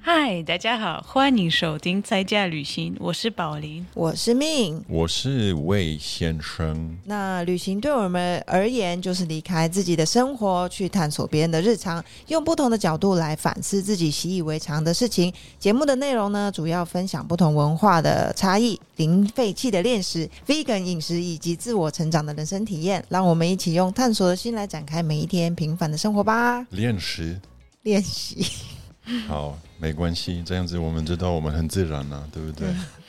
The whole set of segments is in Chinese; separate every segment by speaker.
Speaker 1: 嗨，大家好，欢迎收听《在家旅行》，我是宝林。
Speaker 2: 我是命。
Speaker 3: 我是魏先生，
Speaker 2: 那旅行对我们而言，就是离开自己的生活，去探索别人的日常，用不同的角度来反思自己习以为常的事情。节目的内容呢，主要分享不同文化的差异、零废弃的练食、vegan 饮食以及自我成长的人生体验。让我们一起用探索的心来展开每一天平凡的生活吧。
Speaker 3: 练食
Speaker 2: 练习，
Speaker 3: 好，没关系，这样子我们知道我们很自然了、啊对不对？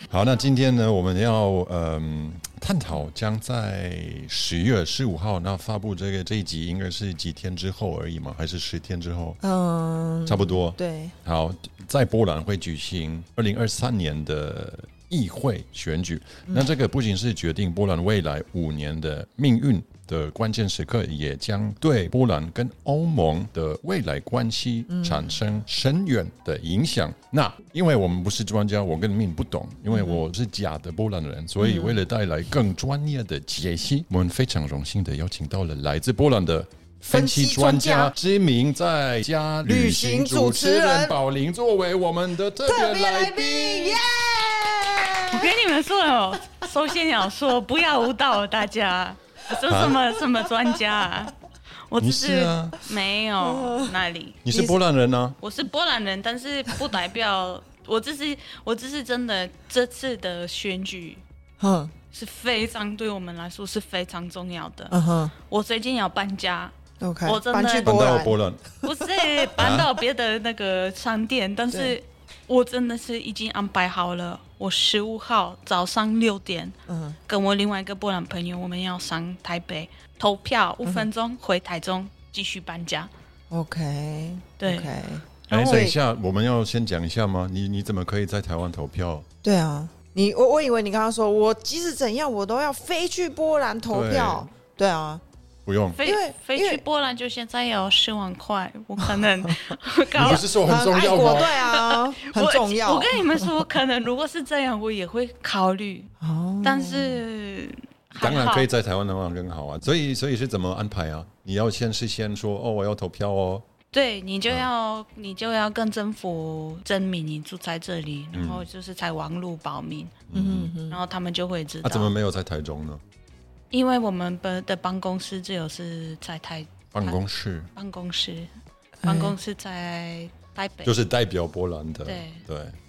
Speaker 3: 好，那今天呢，我们要嗯、探讨将在十月十五号那发布这个这一集，应该是几天之后而已嘛，还是十天之后？
Speaker 2: 嗯，
Speaker 3: 差不多。
Speaker 2: 对，
Speaker 3: 好，在波兰会举行二零二三年的议会选举，那这个不仅是决定波兰未来五年的命运的关键时刻，也将对波兰跟欧盟的未来关系产生深远的影响。那因为我们不是专家，我跟命不懂，因为我是假的波兰人，所以为了带来更专业的解析，我们非常荣幸的邀请到了来自波兰的。分析专家、知名在家旅行主持人宝林作为我们的特
Speaker 2: 特
Speaker 3: 别
Speaker 2: 别
Speaker 3: 来
Speaker 2: 来
Speaker 3: 宾
Speaker 2: 宾，耶！
Speaker 1: 我跟你们说哦， 首先要说不要误导大家，我是什么什么专家、啊？我只
Speaker 3: 你是啊哦
Speaker 1: 没有那里，
Speaker 3: 你是波兰人啊呢、
Speaker 1: 我是波兰人，但是不代 表我这是我这是真的，这次的选举
Speaker 2: 哼，
Speaker 1: 是非常对我们来说是非常重要的。
Speaker 3: 啊
Speaker 2: 嗯哼
Speaker 1: 我最近要搬家，
Speaker 2: ，OK，
Speaker 1: 我真的
Speaker 2: 搬去
Speaker 3: 搬
Speaker 2: 波
Speaker 3: 到
Speaker 2: 兰，
Speaker 3: 波兰，
Speaker 1: 不是搬到别的那个商店，但是
Speaker 2: 对
Speaker 1: 我真的是已经安排好了，我十五号早上六点
Speaker 2: 嗯，
Speaker 1: 跟我另外一个波兰朋友，我们要上台北投票，五分钟回台中继续搬家。
Speaker 2: 嗯，OK，
Speaker 1: 对
Speaker 2: o k
Speaker 3: 哎、
Speaker 2: 然后我
Speaker 3: 等
Speaker 2: 也
Speaker 3: 一下，我们要先讲一下吗？你你怎么可以在台湾投票？
Speaker 2: 对啊，你我我以为你刚刚说，我即使怎样，我都要飞去波兰投票。对啊，
Speaker 3: 不用，
Speaker 1: 飞
Speaker 2: 因为
Speaker 1: 飞
Speaker 2: 因
Speaker 1: 去
Speaker 2: 为
Speaker 1: 波兰就现在要十万块，我可 能搞
Speaker 3: 你不是说很重
Speaker 2: 爱
Speaker 3: 要
Speaker 2: 国，
Speaker 3: 吗
Speaker 2: 对？ 啊，很重要。
Speaker 1: 我。我跟你们说，我可能如果是这样，我也会考虑，
Speaker 2: 哦，
Speaker 1: 但是还
Speaker 3: 当然
Speaker 1: 好
Speaker 3: 可以在台湾的话更好啊。所以所以是怎么安排啊？你要先事先说哦，我要投票哦。
Speaker 1: 对你就要、你就要跟政府证明你住在这里，然
Speaker 3: 嗯
Speaker 1: 后就是才网路保密，
Speaker 2: 嗯嗯
Speaker 1: 然后他们就会知道。
Speaker 3: 那、啊怎么没有在台中呢？
Speaker 1: 因为我们的的办公室只有是在台
Speaker 3: 办公
Speaker 2: 啊
Speaker 3: 室
Speaker 1: 办公室，办公室在台北，
Speaker 3: 哎就是代表波兰的，
Speaker 1: 对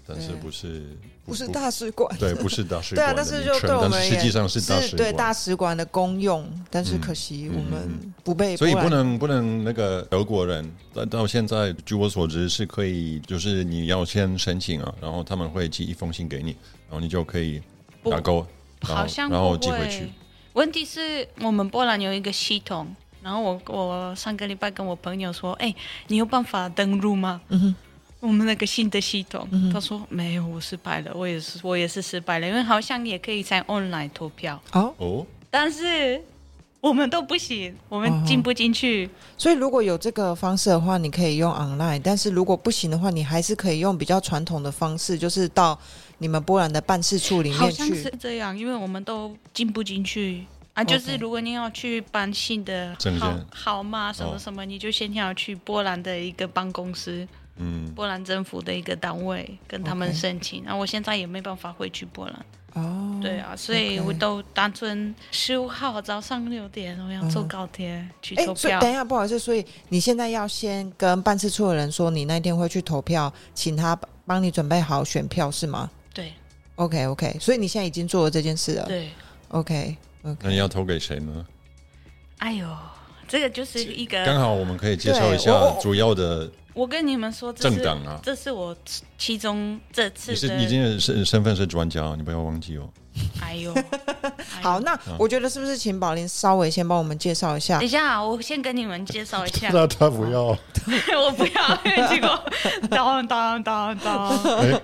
Speaker 3: 但是不是
Speaker 2: 不是大使馆。
Speaker 3: 对，不是大使
Speaker 2: 对啊
Speaker 3: 馆，的
Speaker 2: 但
Speaker 3: 名称，
Speaker 2: 是就对我们而
Speaker 3: 但
Speaker 2: 言
Speaker 3: 是实际上是大使
Speaker 2: 是对
Speaker 3: 馆，嗯
Speaker 2: 大使馆的公用，但是可惜我们不
Speaker 1: 哎
Speaker 2: 被波
Speaker 3: 所以
Speaker 2: 兰，
Speaker 3: 不能不能那个德国人，到到现在据我所知是可以，就是你要先申请啊，然后他们会寄一封信给你，然后你就可以
Speaker 1: 不
Speaker 3: 打勾，然
Speaker 1: 好
Speaker 3: 后
Speaker 1: 像
Speaker 3: 然后
Speaker 1: 不
Speaker 3: 寄
Speaker 1: 会
Speaker 3: 回去。
Speaker 1: 问题是我们波兰有一个系统，然后我我上个礼拜跟我朋友说，哎、你有办法登录吗？嗯我们那个新的系统，他说没有，我失败了，我也是我也是失败了，因为好像也可以在 online 投票，
Speaker 2: 哦，
Speaker 3: 哦，
Speaker 1: 但是我们都不行，我
Speaker 2: 哦
Speaker 1: 们进不进去。
Speaker 2: 所以如果有这个方式的话，你可以用 online，但是如果不行的话，你还是可以用比较传统的方式，就是到你们波兰的办事处里
Speaker 1: 好
Speaker 2: 面
Speaker 1: 像
Speaker 2: 去
Speaker 1: 是。这样，因为我们都进不进去啊。就
Speaker 2: OK
Speaker 1: 是如果你要去办新的
Speaker 3: 哦证
Speaker 1: 号
Speaker 3: 件
Speaker 1: 号码什么
Speaker 3: 哦
Speaker 1: 什么，你就先要去波兰的一个办公室，
Speaker 3: 嗯，
Speaker 1: 波兰政府的一个单位跟他们
Speaker 2: OK
Speaker 1: 申请。那、我现在也没办法回去波兰，
Speaker 2: 哦，
Speaker 1: 对啊，所以
Speaker 2: OK
Speaker 1: 我都单纯十五号早上六点我要坐
Speaker 2: 嗯
Speaker 1: 高铁去
Speaker 2: 哎、
Speaker 1: 投
Speaker 2: 所以
Speaker 1: 票。
Speaker 2: 等一下，不好意思，所以你现在要先跟办事处的人说，你那天会去投票，请他帮你准备好选票，是吗
Speaker 1: 对
Speaker 2: ？OK OK，所以你现在已经做了这件事了。
Speaker 1: 对，
Speaker 2: OK
Speaker 3: 那
Speaker 2: OK，
Speaker 3: 你要投给谁呢？
Speaker 1: 哎呦，这个就是一
Speaker 3: 刚
Speaker 1: 个，
Speaker 3: 好我们可以介绍
Speaker 2: 对
Speaker 3: 一下
Speaker 2: 我我
Speaker 3: 主要的
Speaker 1: 我跟你们说，这
Speaker 3: 政
Speaker 1: 是
Speaker 3: 党啊。
Speaker 1: 这是我其中这次
Speaker 3: 你是
Speaker 1: 的，
Speaker 3: 你今天身身份是专家，你不要忘记哦。
Speaker 1: 哎 呦，哎呦
Speaker 2: 好，那我觉得是不是请宝林稍微先帮我们介绍一下
Speaker 1: 等一？下啊，我先跟你们介绍一下，
Speaker 3: 他不要，
Speaker 1: 我不要，因为结果 当当当当，
Speaker 3: 哎，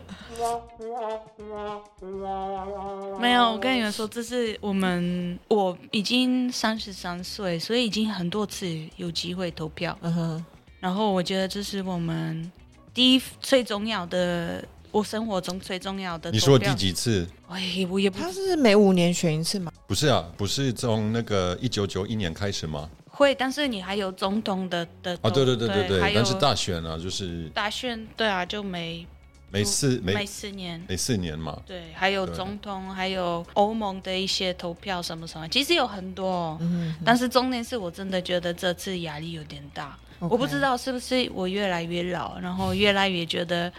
Speaker 1: 没有。我跟你们说，这是我们，我已经三十三岁，所以已经很多次有机会投票。
Speaker 2: 嗯哼，
Speaker 1: 然后我觉得这是我们第一最重要的，我生活中最重要的投票。
Speaker 3: 你说第？几次？
Speaker 1: 哎，我也不
Speaker 2: 他是每五年选一次嘛？
Speaker 3: 不是啊，不是从那个一九九一年开始吗？
Speaker 1: 会，但是你还有总统的的
Speaker 3: 啊，对对对
Speaker 1: 对
Speaker 3: 对
Speaker 1: 还
Speaker 3: 对，
Speaker 1: 有
Speaker 3: 但是大选啊，就是
Speaker 1: 大选，对啊，就没
Speaker 3: 每四
Speaker 1: 每
Speaker 3: 每
Speaker 1: 四年。
Speaker 3: 每哎四年嘛，
Speaker 1: 对，还有
Speaker 3: 对
Speaker 1: 总统，还有欧盟的一些投票什么什么，其实有很多哦、
Speaker 2: 嗯哼，
Speaker 1: 但是重点是我真的觉得这次压力有点大我不
Speaker 2: OK
Speaker 1: 知道是不是我越来越老，然后越来越觉得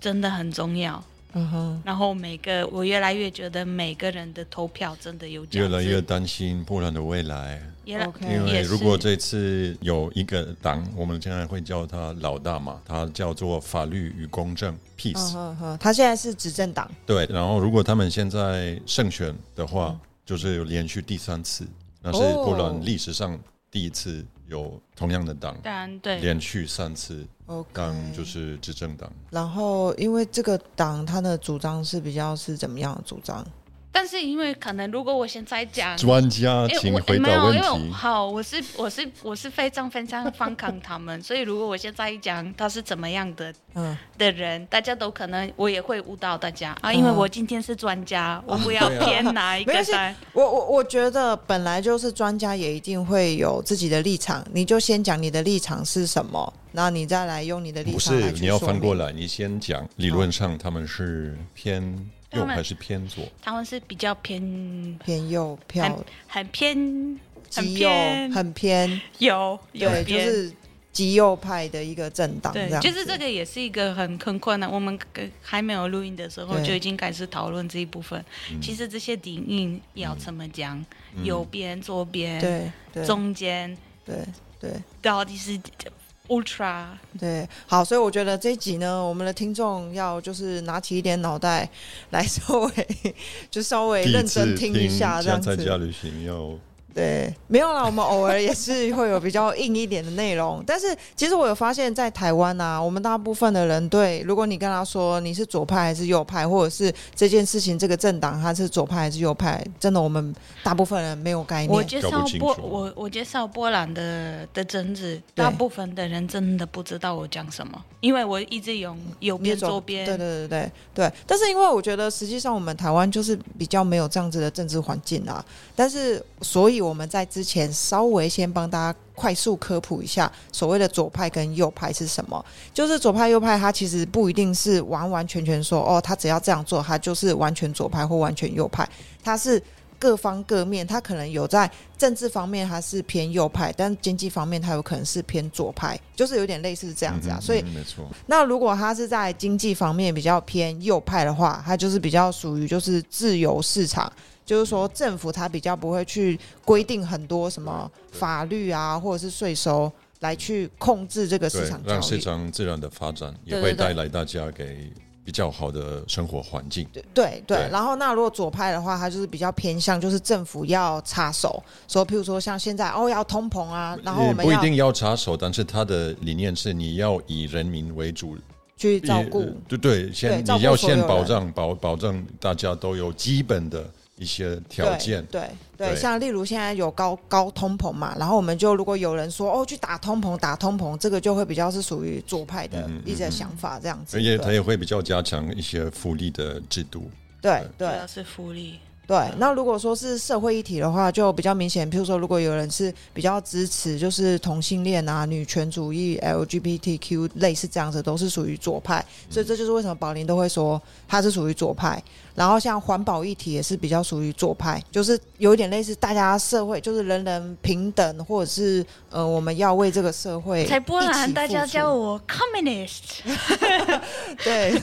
Speaker 1: 真的很重要，
Speaker 2: 嗯哼，
Speaker 1: 然后每个我越来越觉得每个人的投票真的有价值
Speaker 3: 越来越担心波兰的未来，
Speaker 1: 也来
Speaker 2: OK
Speaker 3: 因
Speaker 1: 嗯也
Speaker 3: 为
Speaker 1: 是
Speaker 3: 如果这次有一个党，我们现在会叫他老大嘛，他叫做法律与公正 （Peace）。
Speaker 2: 嗯哼哼，他现在是执政党，
Speaker 3: 对，然后如果他们现在胜选的话，
Speaker 1: 嗯
Speaker 3: 就是有连续第三次，那是
Speaker 2: 哦
Speaker 3: 波兰历史上第一次有同样的党
Speaker 1: 当然哦对，
Speaker 3: 连续三次
Speaker 2: OK
Speaker 3: 当就是执政党。
Speaker 1: 嗯
Speaker 2: 然后因为这个党他的主张是比较是怎么样的主张？
Speaker 1: 但是因为可能如果我现在讲。
Speaker 3: 专家，
Speaker 1: 哎，
Speaker 3: 请
Speaker 1: 我
Speaker 3: 回
Speaker 1: 没
Speaker 3: 答
Speaker 1: 有，
Speaker 3: 问
Speaker 1: 因为我
Speaker 3: 题。
Speaker 1: 好，我是我是我是非常非常反抗他们，所以如果我现在讲他是怎么样的
Speaker 2: 嗯，
Speaker 1: 的人，大家都可能我也会误导大家啊，因为
Speaker 2: 嗯啊
Speaker 1: 我今天是专家，我 不要偏哪一个
Speaker 2: 没关系
Speaker 1: 单。
Speaker 2: 我我我觉得本来就是专家也一定会有自己的立场，你就先讲你的立场是什么，然后你再来用你的立
Speaker 3: 不
Speaker 2: 场
Speaker 3: 是
Speaker 2: 来，去
Speaker 3: 你要
Speaker 2: 说
Speaker 3: 翻
Speaker 2: 明
Speaker 3: 过来，你先讲理论上他们是偏
Speaker 1: 他
Speaker 3: 右
Speaker 1: 们
Speaker 3: 还是偏左？
Speaker 1: 他们是比较偏
Speaker 2: 偏右票
Speaker 1: 很偏很
Speaker 2: 极右
Speaker 1: 偏
Speaker 2: 很偏，
Speaker 1: 有有
Speaker 2: 对，就
Speaker 1: 边。
Speaker 2: 是极右派的一个政党这
Speaker 1: 对，
Speaker 2: 样子。
Speaker 1: 就是这个也是一个很很困难。我们呃还没有录音的时候
Speaker 2: 对
Speaker 1: 就已经开始讨论这一部分。
Speaker 3: 嗯
Speaker 1: 其实这些底音要怎么讲，右边、左边、
Speaker 2: 对对
Speaker 1: 中间，
Speaker 2: 对对
Speaker 1: 到底是 ultra
Speaker 2: 对，好，所以我觉得这一集呢，我们的听众要就是拿起一点脑袋来稍微 就稍微
Speaker 3: 第一
Speaker 2: 认
Speaker 3: 次
Speaker 2: 真听一下这
Speaker 3: 家
Speaker 2: 样
Speaker 3: 在家
Speaker 2: 子。
Speaker 3: 旅行要
Speaker 2: 对，没有啦，我们偶尔也是会有比较硬一点的内容，但是其实我有发现，在台湾啊，我们大部分的人对，如果你跟他说你是左派还是右派，或者是这件事情这个政党他是左派还是右派，真的我们大部分人没有概
Speaker 1: 我
Speaker 2: 念。
Speaker 1: 介
Speaker 3: 搞
Speaker 1: 绍
Speaker 3: 不清
Speaker 1: 波，
Speaker 3: 楚
Speaker 1: 我我介绍波兰的的政治，
Speaker 2: 对
Speaker 1: 大部分的人真的不知道我讲什么，因为我一直用右边、
Speaker 2: 左
Speaker 1: 左边，
Speaker 2: 对对对对对，但是因为我觉得，实际上我们台湾就是比较没有这样子的政治环境啊。但是，所以我们在之前稍微先帮大家快速科普一下所谓的左派跟右派是什么。就是左派右派，它其实不一定是完完全全说哦，他只要这样做，他就是完全左派或完全右派，它是。各方各面，他可能有在政治方面他是偏右派，但经济方面他有可能是偏左派，就是有点类似这
Speaker 3: 这
Speaker 2: 样子啊。所以
Speaker 3: 嗯没错，
Speaker 2: 那如果他是在经济方面比较偏右派的话，他就是比较属于就是自由市场，就是说政府它比较不会去规定很多什么法律啊或者是税收来去控制这个市
Speaker 3: 对
Speaker 2: 场，交
Speaker 3: 让市
Speaker 2: 易。
Speaker 3: 场自然的发展，也
Speaker 2: 对
Speaker 3: 会
Speaker 2: 对对
Speaker 3: 带来大家给比较好的生活环境。
Speaker 2: 对对
Speaker 3: 对，
Speaker 2: 然后那如果左派的话，他就是比较偏向就是政府要插手，说譬如说像现在哦要通膨啊，然后我
Speaker 3: 也
Speaker 2: 们
Speaker 3: 不一
Speaker 2: 要
Speaker 3: 定要插手，但是他的理念是你要以人民为主，
Speaker 2: 去照
Speaker 3: 也
Speaker 2: 顾
Speaker 3: 呃对对，
Speaker 2: 对
Speaker 3: 先
Speaker 2: 照顾
Speaker 3: 你要
Speaker 2: 所有
Speaker 3: 先
Speaker 2: 人
Speaker 3: 保障保保证大家都有基本的一些条件，
Speaker 2: 对对
Speaker 3: 对
Speaker 2: 对，像例如现在有高高通膨嘛，然后我们就如果有人说哦去打通膨打通膨，这个就会比较是属于左派的
Speaker 3: 嗯嗯嗯
Speaker 2: 一些想法这样子。
Speaker 3: 而且他
Speaker 2: 对
Speaker 3: 也会比较加强一些福利的制度。
Speaker 2: 对
Speaker 1: 主
Speaker 2: 对
Speaker 1: 要是福利。
Speaker 2: 对，那如果说是社会议题的话，就比较明显。譬如说，如果有人是比较支持就是同性恋啊、女权主义、LGBTQ 类似这样子，都是属于左派。所以这就是为什么宝林都会说他是属于左派。然后像环保议题也是比较属于左派，就是有一点类似大家社会就是人人平等，或者是呃我们要为这个社会
Speaker 1: 在波
Speaker 2: 一起
Speaker 1: 兰，
Speaker 2: 付
Speaker 1: 大家
Speaker 2: 出
Speaker 1: 叫我 communist，
Speaker 2: 对，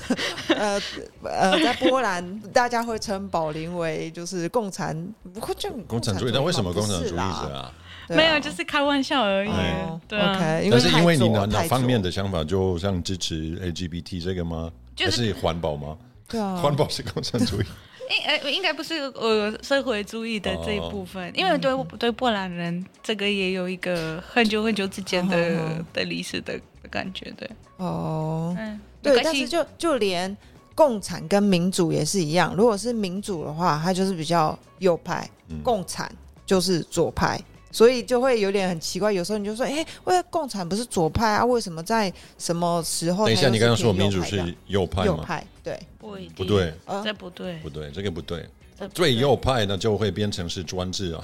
Speaker 2: 呃呃，在波兰，大家会称宝林为就是共产，不过这种
Speaker 3: 共产主义，
Speaker 2: 吗
Speaker 3: 但为什么共产主
Speaker 2: 不
Speaker 3: 义
Speaker 2: 是
Speaker 3: 者
Speaker 2: 啦
Speaker 3: 啊？哎
Speaker 2: 对啊
Speaker 1: 没有，就是开玩笑而已。
Speaker 2: 哦
Speaker 1: 对啊
Speaker 2: ，OK，因为
Speaker 3: 但是因为你哪
Speaker 2: 太左
Speaker 3: 哪方面？
Speaker 2: 太
Speaker 3: 的想法，就像支持 LGBT 这个吗？
Speaker 1: 就
Speaker 3: 还
Speaker 1: 是
Speaker 3: 是环保吗？
Speaker 2: 左对啊，
Speaker 3: 环保是共产 主义，
Speaker 1: 应呃应该不是呃社会主义的
Speaker 3: 哦
Speaker 1: 这一部分，因为
Speaker 2: 嗯
Speaker 1: 对对波兰人这个也有一个很久很久之间的、
Speaker 2: 好好好
Speaker 1: 的历史的感觉，对，
Speaker 2: 哦，
Speaker 1: 嗯，没
Speaker 2: 对，
Speaker 1: 关
Speaker 2: 但
Speaker 1: 系
Speaker 2: 是就就连共产跟民主也是一样，如果是民主的话，它就是比较右派，
Speaker 3: 嗯
Speaker 2: 共产就是左派。所以就会有点很奇怪，有时候你就说，哎、为了共产不是左派啊？为什么在什么时候它
Speaker 3: 等一
Speaker 2: 又是偏右派这样？
Speaker 3: 下，你刚刚说民主是右派
Speaker 2: 右
Speaker 3: 吗？
Speaker 2: 派，对，
Speaker 1: 不一定
Speaker 3: 不对，
Speaker 2: 呃
Speaker 1: 这不对，
Speaker 3: 不对，这个不对。
Speaker 1: 这不对
Speaker 3: 最右派呢，就会变成是专制啊。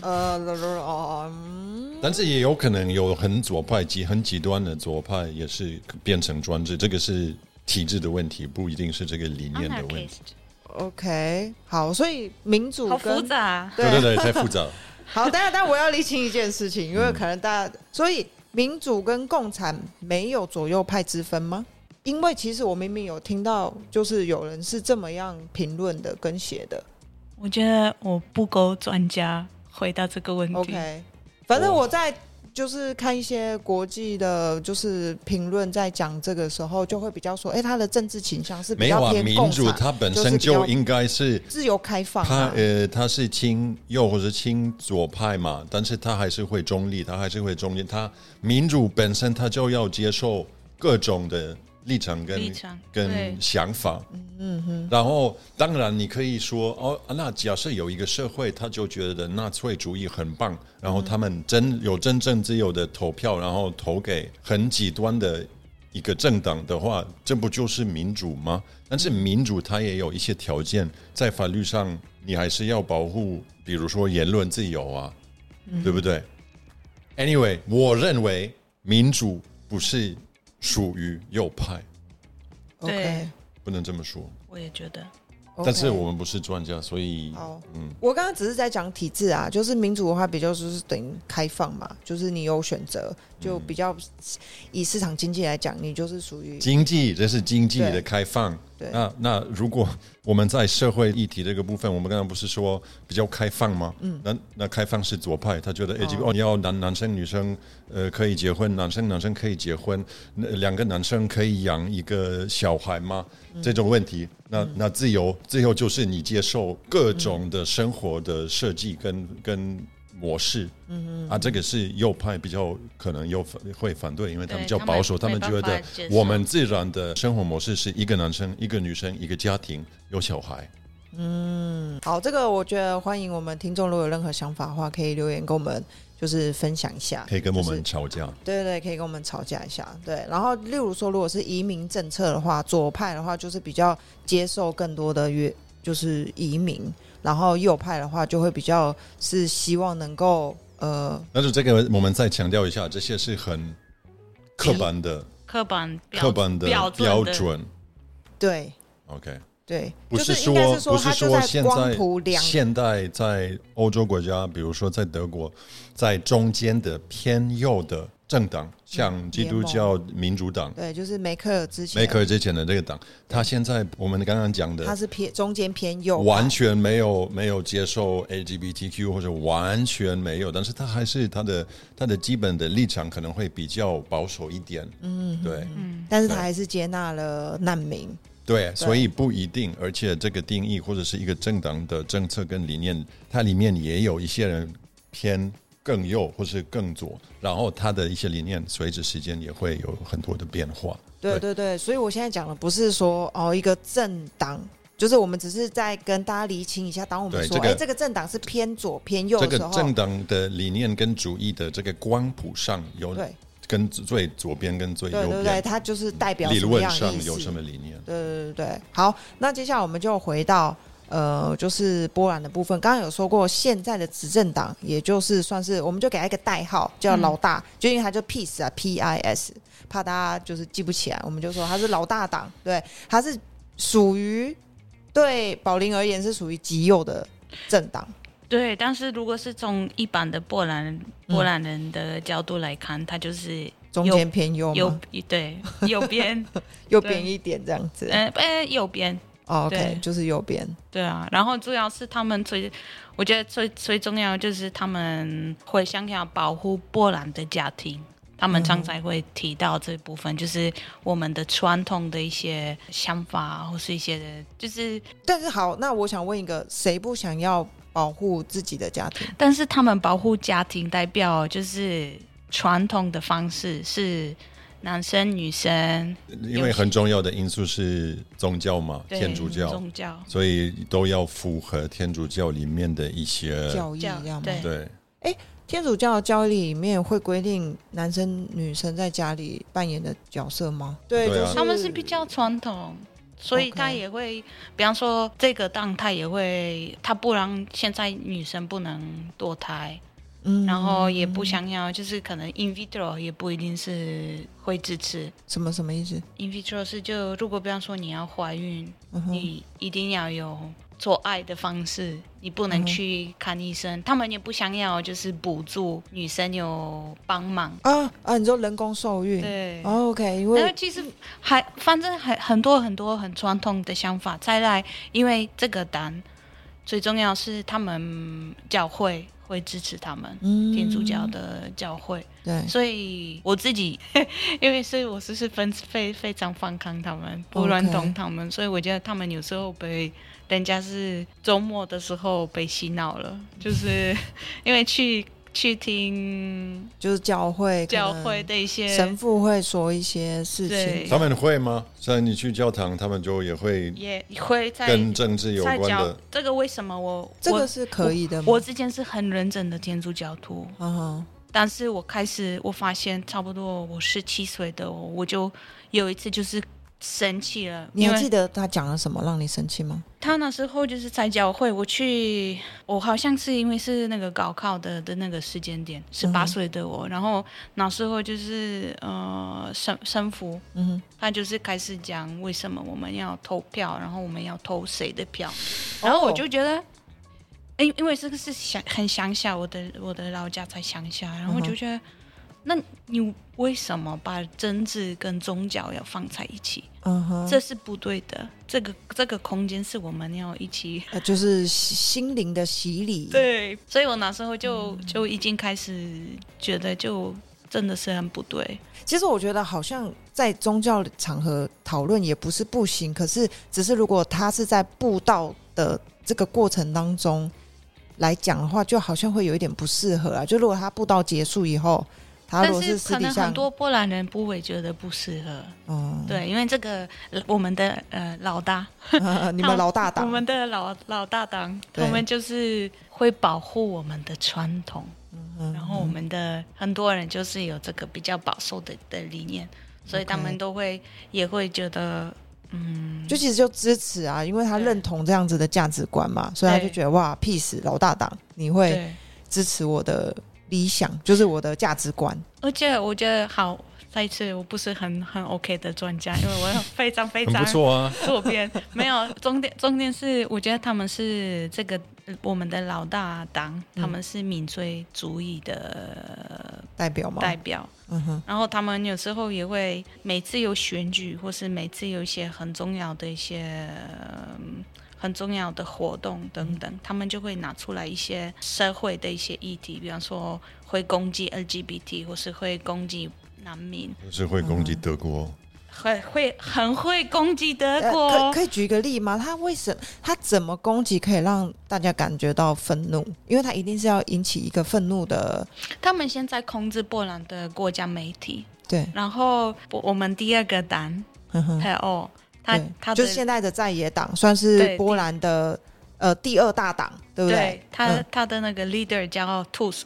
Speaker 2: 呃，哦，嗯
Speaker 3: 但是也有可能有很左派及很极端的左派，也是变成专制，这个是体制的问题，不一定是这个理念的问题。
Speaker 1: Anarchist
Speaker 2: OK，好，所以民主
Speaker 1: 好复
Speaker 2: 跟
Speaker 1: 杂啊、
Speaker 3: 对对对，太复杂了。
Speaker 2: 好，但但我要厘清一件事情，因为可能大家，所以民主跟共产没有左右派之分吗？因为其实我明明有听到，就是有人是这么样评论的跟写的。
Speaker 1: 我觉得我不够专家回答这个问题。
Speaker 2: OK，反正我在就是看一些国际的，就是评论在讲这个时候，就会比较说，哎、他的政治倾向是比
Speaker 3: 没有
Speaker 2: 较
Speaker 3: 啊，
Speaker 2: 偏
Speaker 3: 民
Speaker 2: 共
Speaker 3: 主
Speaker 2: 产、
Speaker 3: 它本
Speaker 2: 就是
Speaker 3: 身
Speaker 2: 比较
Speaker 3: 就应该是
Speaker 2: 自由开放、
Speaker 3: 他
Speaker 2: 啊。
Speaker 3: 呃，他是亲右或者亲左派嘛，但是他还是会中立，他还是会中立。他民主本身，他就要接受各种的立场跟
Speaker 1: 立场对
Speaker 3: 跟想法。嗯嗯。然后，当然你可以说哦，那假设有一个社会，他就觉得纳粹主义很棒，然后他们真有真正自由的投票，然后投给很极端的一个政党的话，这不就是民主吗？但是民主它也有一些条件，在法律上你还是要保护，比如说言论自由啊，对不对？Anyway，我认为民主不是属于右派，
Speaker 1: 对
Speaker 2: OK，
Speaker 3: 不能这么说。
Speaker 1: 我也觉得，
Speaker 3: 但是我们不是专家，所以
Speaker 2: 好，
Speaker 3: 嗯，
Speaker 2: 我刚刚只是在讲体制啊，就是民主的话比较就是等于开放嘛，就是你有选择，就比较以市场经济来讲，你就是属于
Speaker 3: 嗯经济这是经济
Speaker 2: 对
Speaker 3: 的开放。
Speaker 2: 对
Speaker 3: 那那如果我们在社会议题这个部分，我们刚刚不是说比较开放吗？嗯，那那开放是左派，他觉得哎、这个哦，你要男男生女生呃可以结婚，男生男生可以结婚，那两个男生可以养一个小孩吗？这种问题，那那自由自由就是你接受各种的生活的设计跟跟。模式，嗯啊，这个是右派比较可能右反会反对，因为他们
Speaker 1: 对
Speaker 3: 比较
Speaker 1: 他们
Speaker 3: 保守，他
Speaker 1: 没
Speaker 3: 们
Speaker 1: 办
Speaker 3: 觉
Speaker 1: 法
Speaker 3: 得
Speaker 1: 接受
Speaker 3: 我们很自然的生活模式是一个男生、一个女生、一个家庭有小孩。
Speaker 2: 好，这个我觉得欢迎我们听众，如果有任何想法的话，可以留言跟我们就是分享一下，
Speaker 3: 可以跟我
Speaker 2: 就是
Speaker 3: 们吵架，
Speaker 2: 对对，对，可以跟我们吵架一下。对，然后例如说，如果是移民政策的话，左派的话就是比较接受更多的越就是移民，然后右派的话就会比较是希望能够呃
Speaker 3: 但是这个我们再强调一下，这些是很刻板的、
Speaker 1: 刻板标
Speaker 3: 刻板的
Speaker 1: 标
Speaker 3: 标
Speaker 1: 的
Speaker 3: 准。
Speaker 2: 对
Speaker 3: OK，
Speaker 2: 对，
Speaker 3: 不
Speaker 2: 就是应该
Speaker 3: 说
Speaker 2: 是说
Speaker 3: 不
Speaker 2: 他
Speaker 3: 是
Speaker 2: 就
Speaker 3: 说现
Speaker 2: 光谱
Speaker 3: 在
Speaker 2: 两
Speaker 3: 现代在欧洲国家，比如说在德国，在中间的偏右的政党，像基督教民主党、
Speaker 2: 对，就是梅克尔之前
Speaker 3: 梅克尔之前的这个党，他现在我们刚刚讲的
Speaker 2: 他是偏中间偏右派，
Speaker 3: 完全没有没有接受 LGBTQ 或者完全没有，但是他还是他的他的基本的立场可能会比较保守一点，嗯，对
Speaker 2: 但是他
Speaker 3: 对
Speaker 2: 还是接纳了难民。
Speaker 3: 对，所以不一定，而且这个定义或者是一个政党的政策跟理念，它里面也有一些人偏更右或是更左，然后他的一些理念随着时间也会有很多的变化，
Speaker 2: 对对对，所以我现在讲的不是说哦一个政党，就是我们只是在跟大家厘清一下，当我们
Speaker 3: 对
Speaker 2: 说哎、
Speaker 3: 这个
Speaker 2: 这个政党是偏左偏右
Speaker 3: 这
Speaker 2: 的
Speaker 3: 个
Speaker 2: 时候，
Speaker 3: 政党的理念跟主义的这个光谱上有
Speaker 2: 对
Speaker 3: 跟最左边跟最
Speaker 2: 对
Speaker 3: 右
Speaker 2: 对对，。
Speaker 3: 边
Speaker 2: 它就是代表
Speaker 3: 理
Speaker 2: 什么
Speaker 3: 论
Speaker 2: 样的
Speaker 3: 上
Speaker 2: 意思？
Speaker 3: 有什么理念？
Speaker 2: 对对对对，好，那接下来我们就回到呃，就是波兰的部分。刚刚有说过，现在的执政党，也就是算是我们就给他一个代号叫老
Speaker 1: 嗯
Speaker 2: 大，就因为他就 peace 啊，P I S，怕大家就是记不起来，我们就说他是老大党，对，他是属于对保林而言是属于极右的政党，
Speaker 1: 对，但是如果是从一般的波兰人波兰人的角度来看，他就是
Speaker 2: 中间偏右
Speaker 1: 右
Speaker 2: 嘛，
Speaker 1: 对右边，
Speaker 2: 右边一点这样子。
Speaker 1: 呃呃右边，
Speaker 2: 哦 OK，
Speaker 1: 对
Speaker 2: 就是右边。
Speaker 1: 对啊。然后主要是他们最，我觉得最最重要就是他们会想要保护波兰的家庭。他们常常会提到这部分，就是我们的传统的一些想法，啊或是一些就是，
Speaker 2: 但是好，那我想问一个，谁不想要保护自己的家庭？
Speaker 1: 但是他们保护家庭代表就是传统的方式是男生女生
Speaker 3: 因为很重要的因素是宗教嘛，
Speaker 1: 对
Speaker 3: 天主教，
Speaker 1: 宗教
Speaker 3: 所以都要符合天主教里面的一些
Speaker 2: 教义这
Speaker 1: 教
Speaker 2: 样吗？
Speaker 1: 对
Speaker 3: 对
Speaker 2: 天主教的教义里面会规定男生女生在家里扮演的角色吗？对，
Speaker 3: 对啊
Speaker 2: 就是
Speaker 1: 他们是比较传统，所以他
Speaker 2: OK
Speaker 1: 也会比方说这个档，他也会，他不让现在女生不能堕胎，
Speaker 2: 嗯
Speaker 1: 然后也不想要，就是可能 in vitro 也不一定是会支持。
Speaker 2: 什么什么意思？
Speaker 1: in vitro 是就如果比方说你要怀孕，
Speaker 2: 嗯哼
Speaker 1: 你一定要有做爱的方式，你不
Speaker 2: 嗯
Speaker 1: 能
Speaker 2: 哼
Speaker 1: 去看医生，他们也不想要就是补助女生有帮忙。
Speaker 2: 啊啊，你说人工受孕？
Speaker 1: 对，
Speaker 2: 哦，OK，因
Speaker 1: 然后
Speaker 2: 为
Speaker 1: 其实还反正还很多很多很传统的想法。再来，因为这个单最重要是他们教会会支持他们。
Speaker 2: 嗯
Speaker 1: 天主教的教会，
Speaker 2: 对，
Speaker 1: 所以我自己， 因为所以我是是分非非常反抗他们，不
Speaker 2: OK
Speaker 1: 认同他们所以我觉得他们有时候被人家是周末的时候被洗脑了，就是 因为去去听
Speaker 2: 就是教会可
Speaker 1: 教
Speaker 2: 能
Speaker 1: 会的一些
Speaker 2: 神父会说一些事
Speaker 1: 对
Speaker 2: 情，
Speaker 3: 他们会吗？像你去教堂，他们就也会
Speaker 1: 也会在
Speaker 3: 跟政治有
Speaker 1: 在
Speaker 3: 关
Speaker 1: 教
Speaker 3: 的。
Speaker 1: 这个为什么我
Speaker 2: 这个
Speaker 1: 我
Speaker 2: 是可以的吗？
Speaker 1: 我之前是很认真的天主教徒，
Speaker 2: 嗯哼
Speaker 1: 但是我开始我发现差不多我十七岁的我，我就有一次就是生气了，
Speaker 2: 你
Speaker 1: 因
Speaker 2: 还记
Speaker 1: 为
Speaker 2: 得他讲了什么让你生气吗？
Speaker 1: 他那时候就是在教会，我去我好像是因为是那个高考的的那个时间点，十
Speaker 2: 嗯
Speaker 1: 八
Speaker 2: 哼
Speaker 1: 岁的我，然后那时候就是呃生生服。
Speaker 2: 嗯哼，
Speaker 1: 他就是开始讲为什么我们要投票，然后我们要投谁的票，然后我
Speaker 2: 哦
Speaker 1: 就觉得，因、因为这个是乡很乡下，我的我的老家在乡下，然后我
Speaker 2: 嗯哼
Speaker 1: 就觉得，那你为什么把政治跟宗教要放在一起？
Speaker 2: 嗯哼，
Speaker 1: 这是不对的，这个这个空间是我们要一 起。
Speaker 2: 呃就是心灵的洗礼，
Speaker 1: 对，所以我那时候就
Speaker 2: 嗯
Speaker 1: 就已经开始觉得就真的是很不对。
Speaker 2: 其实我觉得好像在宗教场合讨论也不是不行，可是只是如果他是在布道的这个过程当中来讲的话，就好像会有一点不适合啊。就如果他布道结束以后，他如
Speaker 1: 但
Speaker 2: 果
Speaker 1: 是
Speaker 2: 私
Speaker 1: 可
Speaker 2: 底
Speaker 1: 能
Speaker 2: 下
Speaker 1: 很，多波兰人不会觉得不适合，
Speaker 2: 嗯，
Speaker 1: 对，因为这个呃我们的呃老大，
Speaker 2: 你们老大
Speaker 1: 我
Speaker 2: 党，
Speaker 1: 们的老老大党，
Speaker 2: 对
Speaker 1: 他们就是会保护我们的传统，
Speaker 2: 嗯
Speaker 1: 然后我们的很多人就是有这个比较保守的的理念，所以他
Speaker 2: OK
Speaker 1: 们都会也会觉得，嗯，
Speaker 2: 就其实就支持啊，因为他
Speaker 1: 对
Speaker 2: 认同这样子的价值观嘛，所以他就
Speaker 1: 对
Speaker 2: 觉得哇，peace 老大党，你会
Speaker 1: 对，
Speaker 2: 支持我的理想，就是我的价值观。
Speaker 1: 而且我觉得好。再一次，我不是很很 OK 的专家，因为我有非常非
Speaker 3: 很
Speaker 1: 常
Speaker 3: 不错啊，
Speaker 1: 左边没有，重点重点是，我觉得他们是这个呃我们的老大党，
Speaker 2: 嗯
Speaker 1: 他们是民粹主义的
Speaker 2: 代表吗？
Speaker 1: 代表，
Speaker 2: 嗯哼，
Speaker 1: 然后他们有时候也会每次有选举，或是每次有一些很重要的一些。嗯很重要的活动等
Speaker 2: 嗯
Speaker 1: 等，他们就会拿出来一些社会的一些议题，比方说会攻击 LGBT，或是会攻击难民，
Speaker 3: 就是会攻击德国。
Speaker 1: 会会很会攻击德
Speaker 2: 呃
Speaker 1: 国。
Speaker 2: 可可以举一个例吗？他为什他怎么攻击可以让大家感觉到愤怒？因为他一定是要引起一个愤怒的，
Speaker 1: 他们现在控制波兰的国家媒体，
Speaker 2: 对，
Speaker 1: 然后我我们第二个党
Speaker 2: 嗯哼，
Speaker 1: 佩欧，他
Speaker 2: 对，
Speaker 1: 他的
Speaker 2: 就是现在的在野党算是
Speaker 1: 对
Speaker 2: 波兰的呃第二大党，对不
Speaker 1: 对他、
Speaker 2: 嗯
Speaker 1: 他的那个 leader 叫 Tusk，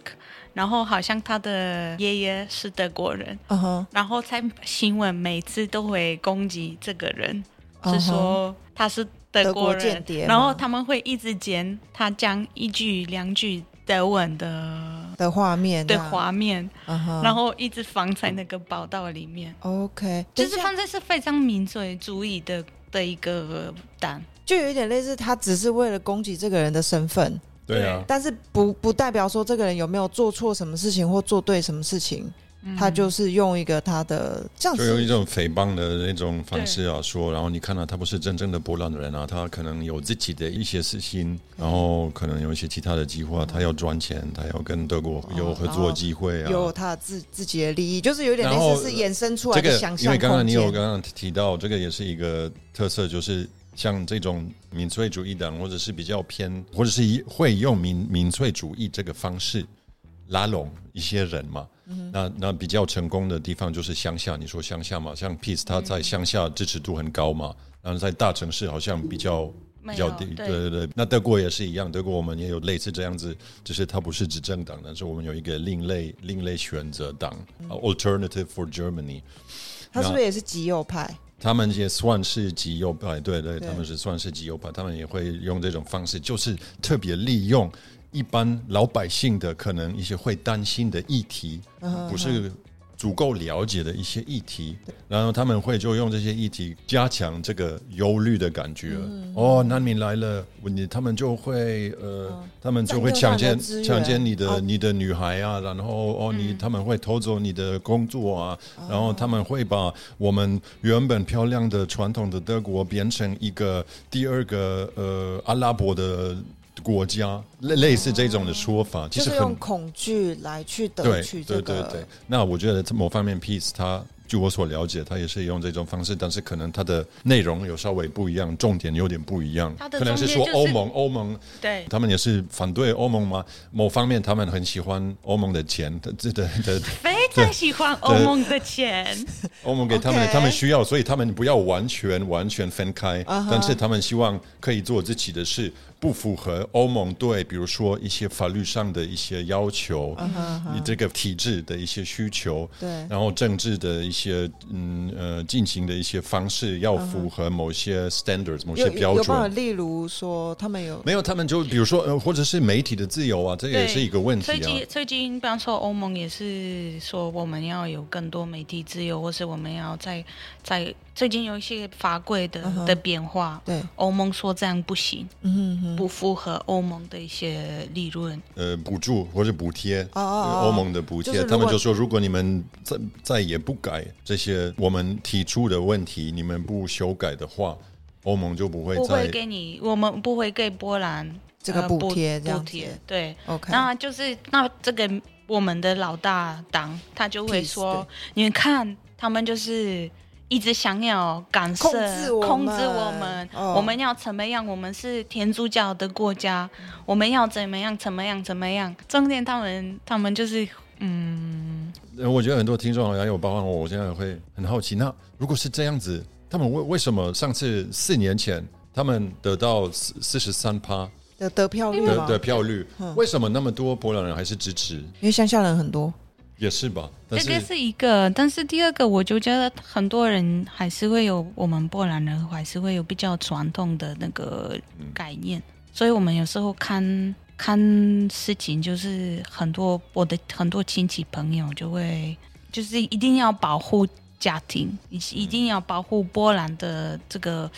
Speaker 1: 然后好像他的爷爷是德国人，
Speaker 2: 嗯哼，
Speaker 1: 然后在新闻每次都会攻击这个人，
Speaker 2: 嗯
Speaker 1: 是
Speaker 2: 哼
Speaker 1: 说他是德
Speaker 2: 国
Speaker 1: 国人，
Speaker 2: 间谍吗
Speaker 1: 然后他们会一直剪他讲一句两句德文的
Speaker 2: 的画面这
Speaker 1: 的
Speaker 2: 样，
Speaker 1: 画面，
Speaker 2: 啊嗯哼，
Speaker 1: 然后一直放在那个报道里面。
Speaker 2: OK，
Speaker 1: 就
Speaker 2: 就是
Speaker 1: 是反正是非常民粹主义的的一个党，
Speaker 2: 就有一点类似，他只是为了攻击这个人的身份，
Speaker 1: 嗯
Speaker 3: 对啊，
Speaker 2: 但是不不代表说这个人有没有做错什么事情或做对什么事情，
Speaker 1: 嗯
Speaker 2: 他就是用一个他的这样
Speaker 3: 就用一
Speaker 2: 子，
Speaker 3: 种诽谤的那种方式啊说，然后你看到、他不是真正的波兰人啊，他可能有自己的一些私心，然后可能有一些其他的计划，他要赚钱，他要跟德国有合作机会啊。
Speaker 2: 哦有他自自己的利益，就是有点
Speaker 3: 然后
Speaker 2: 类似是衍生出来
Speaker 3: 这
Speaker 2: 的
Speaker 3: 个
Speaker 2: 想，
Speaker 3: 因
Speaker 2: 象
Speaker 3: 为刚刚
Speaker 2: 空
Speaker 3: 你有
Speaker 2: 间。
Speaker 3: 刚刚提到，这个也是一个特色，就是像这种民粹主义党，或者是比较偏，或者是以会用民民粹主义这个方式拉拢一些人嘛。
Speaker 2: 嗯
Speaker 3: 那那比较成功的地方就是乡下，你说乡下嘛，像 Peace 他在乡下支持度很高嘛，然后在大城市好像比较
Speaker 1: 没
Speaker 3: 比
Speaker 1: 有
Speaker 3: 较低，对
Speaker 1: 对
Speaker 3: 对对。那德国也是一样，德国我们也有类似这样子，只是它不是执政党，但是我们有一个另类另类选择党、
Speaker 2: 嗯
Speaker 3: 啊 a l t e r n a t i v e for Germany）。
Speaker 2: 他是不是也是极右派？
Speaker 3: 他们也算是极右派，对对，
Speaker 2: 对
Speaker 3: 他们是算是极右派，他们也会用这种方式，就是特别利用一般老百姓的可能一些会担心的议题，不是足够了解的一些议题，然后他们会就用这些议题加强这个忧虑的感觉。哦，难民来了，我你他们就会呃，他们就会强
Speaker 2: 占用他们
Speaker 3: 奸
Speaker 2: 的资源
Speaker 3: 强奸你的
Speaker 2: 哦嗯
Speaker 3: 你的女孩啊，然后哦你他们会偷走你的工作啊，
Speaker 2: 哦
Speaker 3: 然后他们会把我们原本漂亮的传统的德国变成一个第二个呃阿拉伯的国家，类类似这种的说法，其
Speaker 2: 哦就
Speaker 3: 实
Speaker 2: 是
Speaker 3: 很
Speaker 2: 用恐惧来去得
Speaker 3: 对
Speaker 2: 取这
Speaker 3: 对对
Speaker 2: 个，
Speaker 3: 对。那我觉得这某方面 peace 它。据我所了解，它也是用这种方式，但是可能它的内容有稍微不一样，重点有点不一样。
Speaker 1: 它的
Speaker 3: 可能
Speaker 1: 中间
Speaker 3: 说
Speaker 1: 就是
Speaker 3: 欧盟，欧盟
Speaker 1: 对，
Speaker 3: 他们也是反对欧盟嘛，某方面他们很喜欢欧盟的钱，的这的 的
Speaker 1: 非常喜欢欧盟的钱，
Speaker 3: 欧盟给他们
Speaker 2: OK
Speaker 3: 他们需要，所以他们不要完全完全分开
Speaker 2: 啊哈
Speaker 3: 但是他们希望可以做自己的事，不符合欧盟对比如说一些法律上的一些要求
Speaker 2: Uh-huh
Speaker 3: 你这个体制的一些需求，
Speaker 2: 对
Speaker 3: 然后政治的一些嗯呃进行的一些方式要符合某些 standards、某些
Speaker 2: Uh-huh 有
Speaker 3: 标
Speaker 2: 有办法，
Speaker 3: 准。
Speaker 2: 例如说他们有
Speaker 3: 没有，他们就比如说，呃，或者是媒体的自由啊，这也
Speaker 1: 对
Speaker 3: 是一个问题
Speaker 1: 最
Speaker 3: 啊。
Speaker 1: 近最近，比方说欧盟也是说我们要有更多媒体自由，或是我们要在在最近有一些法规的、
Speaker 2: 嗯哼
Speaker 1: 的变化。
Speaker 2: 对，
Speaker 1: 欧盟说这样不行，
Speaker 2: 嗯哼哼，
Speaker 1: 不符合欧盟的一些理论。
Speaker 3: 呃补助或者补贴，
Speaker 2: 哦哦
Speaker 3: 呃欧盟的补
Speaker 2: 就是
Speaker 3: 贴，
Speaker 2: 如
Speaker 3: 他
Speaker 2: 果
Speaker 3: 们就说，如果你们再再也不改这些我们提出的问题，你们不修改的话，欧盟就不会
Speaker 1: 不会
Speaker 3: 再
Speaker 1: 给你，我们不会给波兰
Speaker 2: 这个
Speaker 1: 呃
Speaker 2: 补贴这样
Speaker 1: 补
Speaker 2: 子
Speaker 1: 贴，对。
Speaker 2: OK，
Speaker 1: 那就是那这个我们的老大党，他就会
Speaker 2: Peace，
Speaker 1: 说，你们看他们就是。一直想要干涉、
Speaker 2: 控制我们
Speaker 1: 控制我们，
Speaker 2: 哦
Speaker 1: 我们要怎么样？我们是天主教的国家，我们要怎么样？怎么样？怎么样？重点他们，他们就是嗯，
Speaker 3: 呃我觉得很多听众还有包括我，我现在会很好奇，那如果是这样子，他们为为什么上次四年前他们得到四四十三趴
Speaker 2: 的得票率
Speaker 3: 的
Speaker 2: 嘛，
Speaker 3: 的票率，
Speaker 2: 嗯
Speaker 3: 为什么那么多波兰人还是支持？
Speaker 2: 因为乡下人很多，
Speaker 3: 也是吧，但
Speaker 1: 这个
Speaker 3: 是
Speaker 1: 是一个。但是第二个，我就觉得很多人还是会有我们波兰人还是会有比较传统的那个
Speaker 3: 嗯
Speaker 1: 概念，所以我们有时候看看事情，就是很多我的很多亲戚朋友就会，就是一定要保护家庭，一
Speaker 3: 嗯
Speaker 1: 一定要保护波兰的这个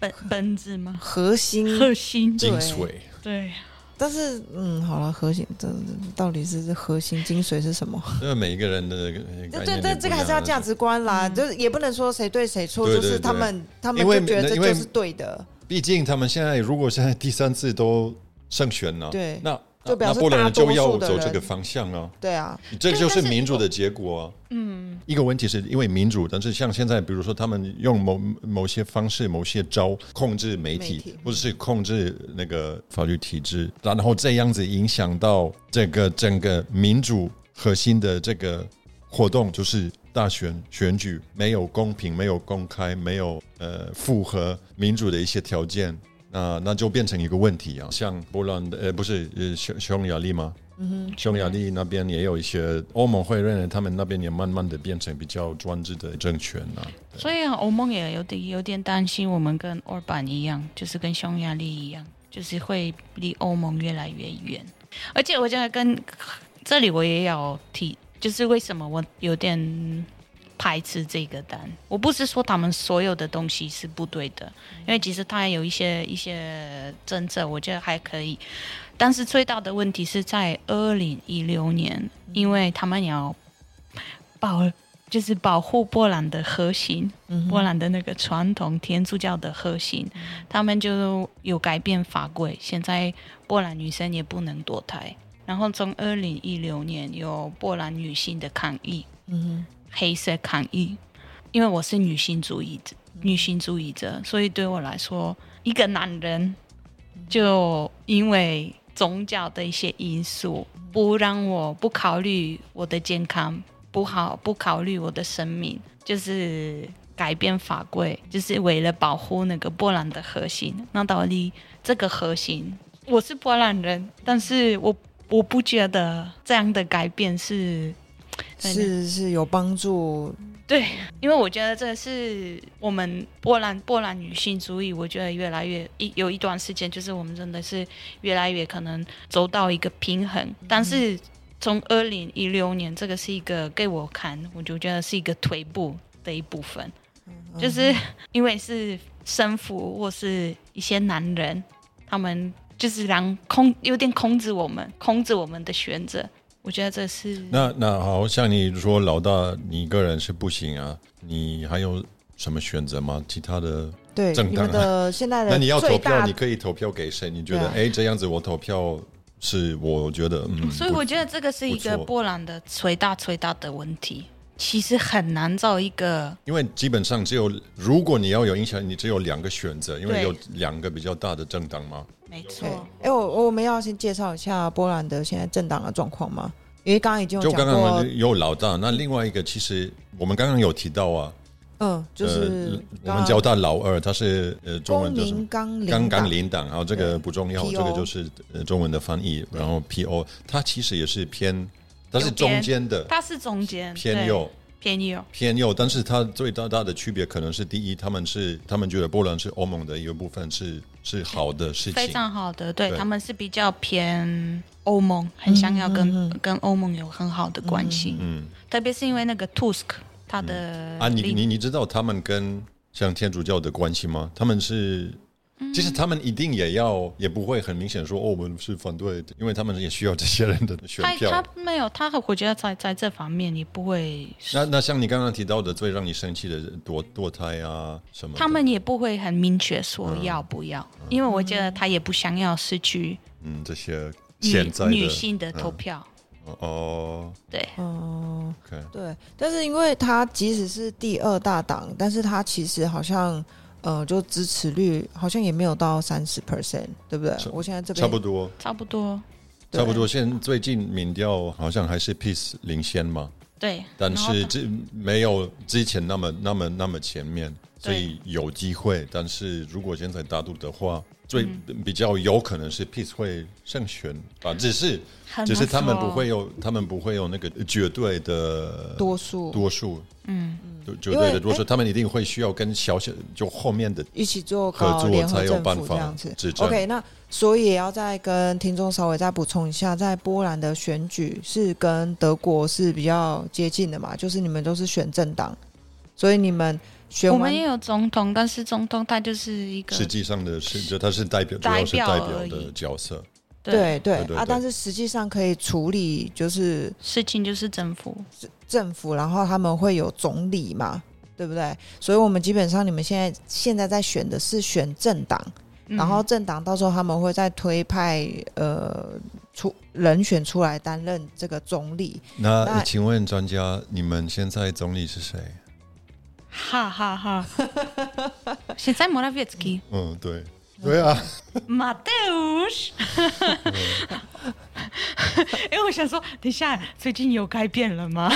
Speaker 1: 本本质吗？
Speaker 2: 核心。
Speaker 3: 嗯
Speaker 1: 核心
Speaker 3: 精
Speaker 2: 对
Speaker 3: 髓。
Speaker 1: 对，
Speaker 2: 但是嗯，好了，核心这这到底是核心精髓是什么？
Speaker 3: 因为每一个人的
Speaker 2: 对
Speaker 3: 啊对
Speaker 2: 对对，这个还是要价值观啦，就是也不能说谁对谁错，
Speaker 3: 对
Speaker 2: 就
Speaker 3: 对
Speaker 2: 是
Speaker 3: 对
Speaker 2: 他们他们
Speaker 3: 因为
Speaker 2: 就觉得这
Speaker 3: 因为
Speaker 2: 就是对的，
Speaker 3: 毕竟他们现在如果现在第三次都胜选了，
Speaker 2: 对
Speaker 3: 啊那
Speaker 2: 就表
Speaker 3: 那
Speaker 2: 示
Speaker 3: 波兰人就
Speaker 2: 大
Speaker 3: 要
Speaker 2: 多数的
Speaker 3: 走
Speaker 2: 人
Speaker 3: 这个方向啊，
Speaker 2: 对啊，
Speaker 3: 这
Speaker 1: 对
Speaker 3: 就是
Speaker 1: 但是
Speaker 3: 民主的结果啊。
Speaker 1: 嗯，
Speaker 3: 一个问题是因为民主，但是像现在，比如说他们用某某些方式、某些招控制媒体，
Speaker 2: 媒体
Speaker 3: 或者是控制那个法律体制，然后这样子影响到这个整个民主核心的这个活动，就是大选选举没有公平、没有公开、没有呃符合民主的一些条件。那那就变成一个问题啊，像波兰的呃不是呃匈匈牙利吗？匈牙利那边也有一些欧盟会认为他们那边也慢慢的变成比较专制的政权啊了、
Speaker 1: 所以啊欧盟也有点有点担心，我们跟欧版一样，就是跟匈牙利一样，就是会离欧盟越来越远。而且我觉得跟这里我也要提，就是为什么我有点排斥这个单。我不是说他们所有的东西是不对的，因为其实它有一些一些政策，我觉得还可以。但是最大的问题是在二零一六年，因为他们要保就是保护波兰的核心，波兰的那个传统天主教的核心，他们就有改变法规，现在波兰女生也不能堕胎。然后从二零一六年有波兰女性的抗议，
Speaker 2: 嗯
Speaker 1: 黑色抗议，因为我是女性主义者，女性主义者，所以对我来说，一个男人就因为宗教的一些因素，不让我不考虑我的健康，不好不考虑我的生命，就是改变法规，就是为了保护那个波兰的核心。那到底这个核心，我是波兰人，但是我我不觉得这样的改变是
Speaker 2: 哼，是是有帮助
Speaker 1: 对，因为我觉得这是我们波兰波兰女性主义，我觉得越来越一有一段时间，就是我们真的是越来越可能走到一个平衡，但是。从二零一六年，这个是一个给我看，我就觉得是一个退步的一部分，就是 因为是生父或是一些男人，他们就是让控有点控制我们，控制我们的选择。我觉得这是
Speaker 3: 那那好像你说老大，你一个人是不行啊，你还有什么选择吗？其他的，
Speaker 2: 对
Speaker 3: 正
Speaker 2: 你
Speaker 3: 当啊
Speaker 2: 们的现在的
Speaker 3: 那你要投
Speaker 2: 呃最大
Speaker 3: 票，你可以投票给谁？你觉得
Speaker 2: 对啊
Speaker 3: 哎、这样子我投票是我觉得嗯，
Speaker 1: 所以
Speaker 3: 不
Speaker 1: 我觉得这个是一
Speaker 3: 不
Speaker 1: 个
Speaker 3: 错
Speaker 1: 波兰的最大最大的问题，其实很难找一个
Speaker 3: 因为基本上只有如果你要有影响，你只有两个选择，因为
Speaker 1: 对
Speaker 3: 有两个比较大的政党嘛。
Speaker 1: 没
Speaker 2: 对
Speaker 1: 错，，
Speaker 2: 哎，我我们要先介绍一下波兰的现在政党的状况吗？因为刚刚已经有
Speaker 3: 就
Speaker 2: 讲
Speaker 3: 刚
Speaker 2: 过
Speaker 3: 刚，有老大，那另外一个其实我们刚刚有提到啊，
Speaker 2: 嗯，就是
Speaker 3: 呃、我
Speaker 2: 刚
Speaker 3: 们
Speaker 2: 刚
Speaker 3: 交大老二，他是呃中
Speaker 2: 公
Speaker 3: 文就是
Speaker 2: 民纲领
Speaker 3: 刚
Speaker 2: 党
Speaker 3: 刚领党，然后这个
Speaker 2: 对
Speaker 3: 不重要，
Speaker 2: PO
Speaker 3: 这个就是呃中文的翻译，然后 PO，它其实也是偏，它是
Speaker 1: 右边
Speaker 3: 中间的
Speaker 1: 它是中间
Speaker 3: 偏
Speaker 1: 对
Speaker 3: 右。
Speaker 1: 偏右，
Speaker 3: 偏右，但是它最大大的区别可能是，第一，他们是他们觉得波兰是欧盟的一个部分，是是好的事
Speaker 1: 非
Speaker 3: 情，
Speaker 1: 常好的，对
Speaker 3: 对
Speaker 1: 他们是比较偏欧盟，很想要跟、跟欧盟有很好的关系，
Speaker 3: 嗯
Speaker 1: 特别是因为那个 Tusk 他的、
Speaker 3: 啊，你你你知道他们跟像天主教的关系吗？他们是，其实他们一定也要，也不会很明显说哦，我们是反对的，因为他们也需要这些人的选
Speaker 1: 他
Speaker 3: 票
Speaker 1: 他。没有，他我觉得在在这方面你不会，
Speaker 3: 那那像你刚刚提到的最让你生气的堕堕胎啊什么嗯的，
Speaker 1: 他们也不会很明确说要不要，因为我觉得他也不想要失去
Speaker 3: 嗯这些现
Speaker 1: 女
Speaker 3: 在
Speaker 1: 女
Speaker 3: 的嗯
Speaker 1: 性的投票，
Speaker 3: 哦
Speaker 1: 对。
Speaker 2: 哦，
Speaker 3: ，OK，
Speaker 2: 对，但是因为他即使是第二大党，但是他其实好像呃，就支持率好像也没有到三十 percent，对不对
Speaker 3: 是？
Speaker 2: 我现在这边
Speaker 3: 差不多
Speaker 1: 差不多，
Speaker 2: 对
Speaker 3: 差不多。现在最近民调好像还是 Peace 领先嘛，
Speaker 1: 对。
Speaker 3: 但
Speaker 1: 然后
Speaker 3: 是
Speaker 1: 他
Speaker 3: 这没有之前那么那么那么前面，所
Speaker 1: 对
Speaker 3: 以有机会。但是如果现在打赌的话，最
Speaker 1: 嗯
Speaker 3: 比较有可能是 Peace 会胜选吧，只是
Speaker 1: 很
Speaker 3: 只是
Speaker 1: 难
Speaker 3: 他们
Speaker 1: 说
Speaker 3: 不会有他们不会有那个绝对的
Speaker 2: 多数
Speaker 3: 多数，
Speaker 1: 嗯，
Speaker 3: 就绝对
Speaker 2: 因为
Speaker 3: 的多数，
Speaker 2: 哎
Speaker 3: 他们一定会需要跟小小就后面的
Speaker 2: 一起做
Speaker 3: 合
Speaker 2: 搞
Speaker 3: 作
Speaker 2: 联
Speaker 3: 才
Speaker 2: 合
Speaker 3: 有
Speaker 2: 政
Speaker 3: 办
Speaker 2: 府这
Speaker 3: 法
Speaker 2: 样子。
Speaker 3: 指正。
Speaker 2: OK，那所以也要再跟听众稍微再补充一下，在波兰的选举是跟德国是比较接近的嘛，就是你们都是选政党，所以你们选
Speaker 1: 我
Speaker 2: 完
Speaker 1: 们也有总统，但是总统他就是一个
Speaker 3: 实际上的是，就他是代表，主
Speaker 1: 代
Speaker 3: 要是代
Speaker 1: 表而
Speaker 3: 表
Speaker 1: 已
Speaker 3: 的角色。
Speaker 2: 对对
Speaker 3: 对对
Speaker 2: 啊，
Speaker 3: 对
Speaker 2: 但是实际上可以处理就是
Speaker 1: 事情就是政府，
Speaker 2: 政府，然后他们会有总理嘛，对不对？所以我们基本上你们现在现在在选的是选政党，
Speaker 1: 嗯
Speaker 2: 然后政党到时候他们会再推派呃出人选出来担任这个总理，
Speaker 3: 那
Speaker 2: 那
Speaker 3: 请问专家，你们现在总理是谁？
Speaker 1: 哈哈哈。现在 Morawiecki
Speaker 3: 嗯，对，对啊，
Speaker 1: Mateusz，因哎为我想说，等一下最近有改变了 吗？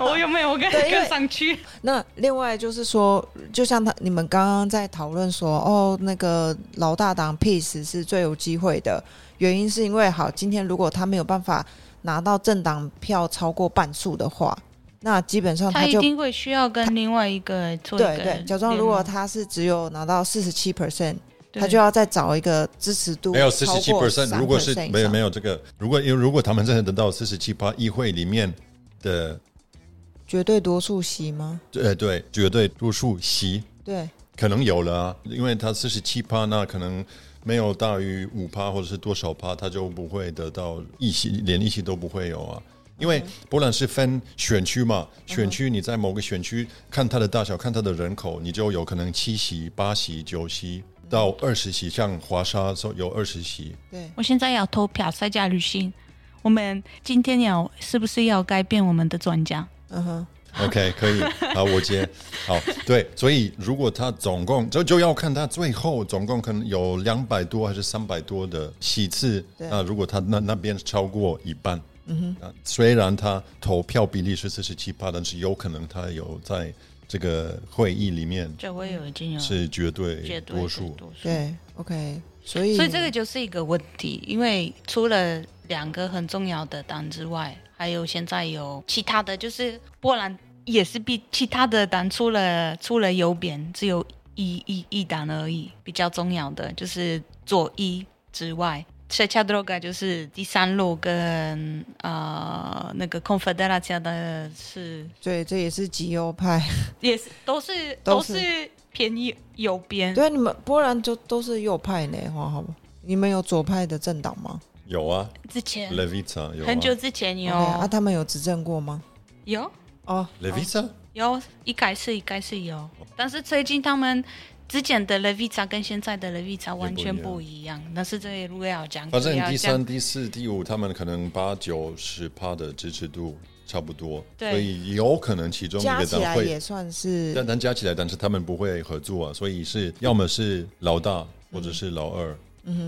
Speaker 1: 我有没有跟
Speaker 2: 对因为
Speaker 1: 跟上去？
Speaker 2: 那另外就是说，就像他你们刚刚在讨论说，哦，那个老大党 Peace 是最有机会的，原因是因为好，今天如果他没有办法拿到政党票超过半数的话，那基本上
Speaker 1: 他一
Speaker 2: 就
Speaker 1: 定会需要跟另外一个做一
Speaker 2: 对
Speaker 1: 个
Speaker 2: 对，假装如
Speaker 1: 联
Speaker 2: 果
Speaker 1: 盟
Speaker 2: 他是只有拿到四十七 percent，
Speaker 1: 对
Speaker 2: 他就要再找一个支持度
Speaker 3: 没有四
Speaker 2: 超
Speaker 3: 十七
Speaker 2: 过
Speaker 3: percent，如果是没有没
Speaker 2: 有
Speaker 3: 有这个，如果因为如果他们真的得到四十七趴议会里面的
Speaker 2: 绝对多数席吗？
Speaker 3: 呃对绝对多数席，
Speaker 2: 对，
Speaker 3: 可能有了、啊，因为他四十七趴，那可能没有大于五趴或者是多少趴，他就不会得到一席，连一席都不会有啊。因为波兰是分选区嘛，选区你在某个选区看它的大小，看它的人口，你就有可能七席、八席、九席到二十席，像华沙就有二十席，
Speaker 2: 对，
Speaker 1: 我现在要投票参加旅行，我们今天要是不是要改变我们的专家？
Speaker 2: 嗯哼，
Speaker 3: OK，可以，好，我接。好，对，所以如果他总共就就要看他最后总共可能有两百多还是三百多的席次，
Speaker 2: 对
Speaker 3: 那如果他那那边超过一半，嗯哼，虽然他投票比例是四十七趴，但是有可能他有在这个会议里面
Speaker 1: 这我有已经有
Speaker 3: 是绝对
Speaker 1: 嗯绝对的
Speaker 3: 多数。
Speaker 1: 多数，
Speaker 2: 对，OK，所以
Speaker 1: 所以这个就是一个问题，因为除了两个很重要的党之外，还有现在有其他的，就是波兰也是比其他的党除了除了右边只有一一一党而已，比较重要的就是左一之外。Trzecia droga 就是第三路跟呃那个 Confederacja 的是
Speaker 2: 对，这也是极右派。
Speaker 1: 也是都是
Speaker 2: 都
Speaker 1: 都
Speaker 2: 是
Speaker 1: 是偏右右边，
Speaker 2: 对啊，你们波兰就都是右派呢，好好吧？你们有左派的政党吗？
Speaker 3: 有啊
Speaker 1: 之前
Speaker 3: ，Levica 有啊
Speaker 1: 很久之前有
Speaker 2: OK，啊，他们有执政过吗？
Speaker 1: 有
Speaker 2: 哦，
Speaker 3: Levica
Speaker 1: 有一开始一开始有，
Speaker 3: 哦
Speaker 1: 但是最近他们之前的 Levica 跟现在的 Levica 完全不一样。但是这也如果要讲，
Speaker 3: 反正
Speaker 1: 不要
Speaker 3: 第
Speaker 1: 讲
Speaker 3: 三、第四、第五，他们可能八九十趴的支持度差不多，
Speaker 1: 对
Speaker 3: 所以有可能其中一
Speaker 2: 加
Speaker 3: 个
Speaker 2: 起来
Speaker 3: 党会，
Speaker 2: 也算是
Speaker 3: 但但加起来，但是他们不会合作啊，所以是要么是老大或者是老二，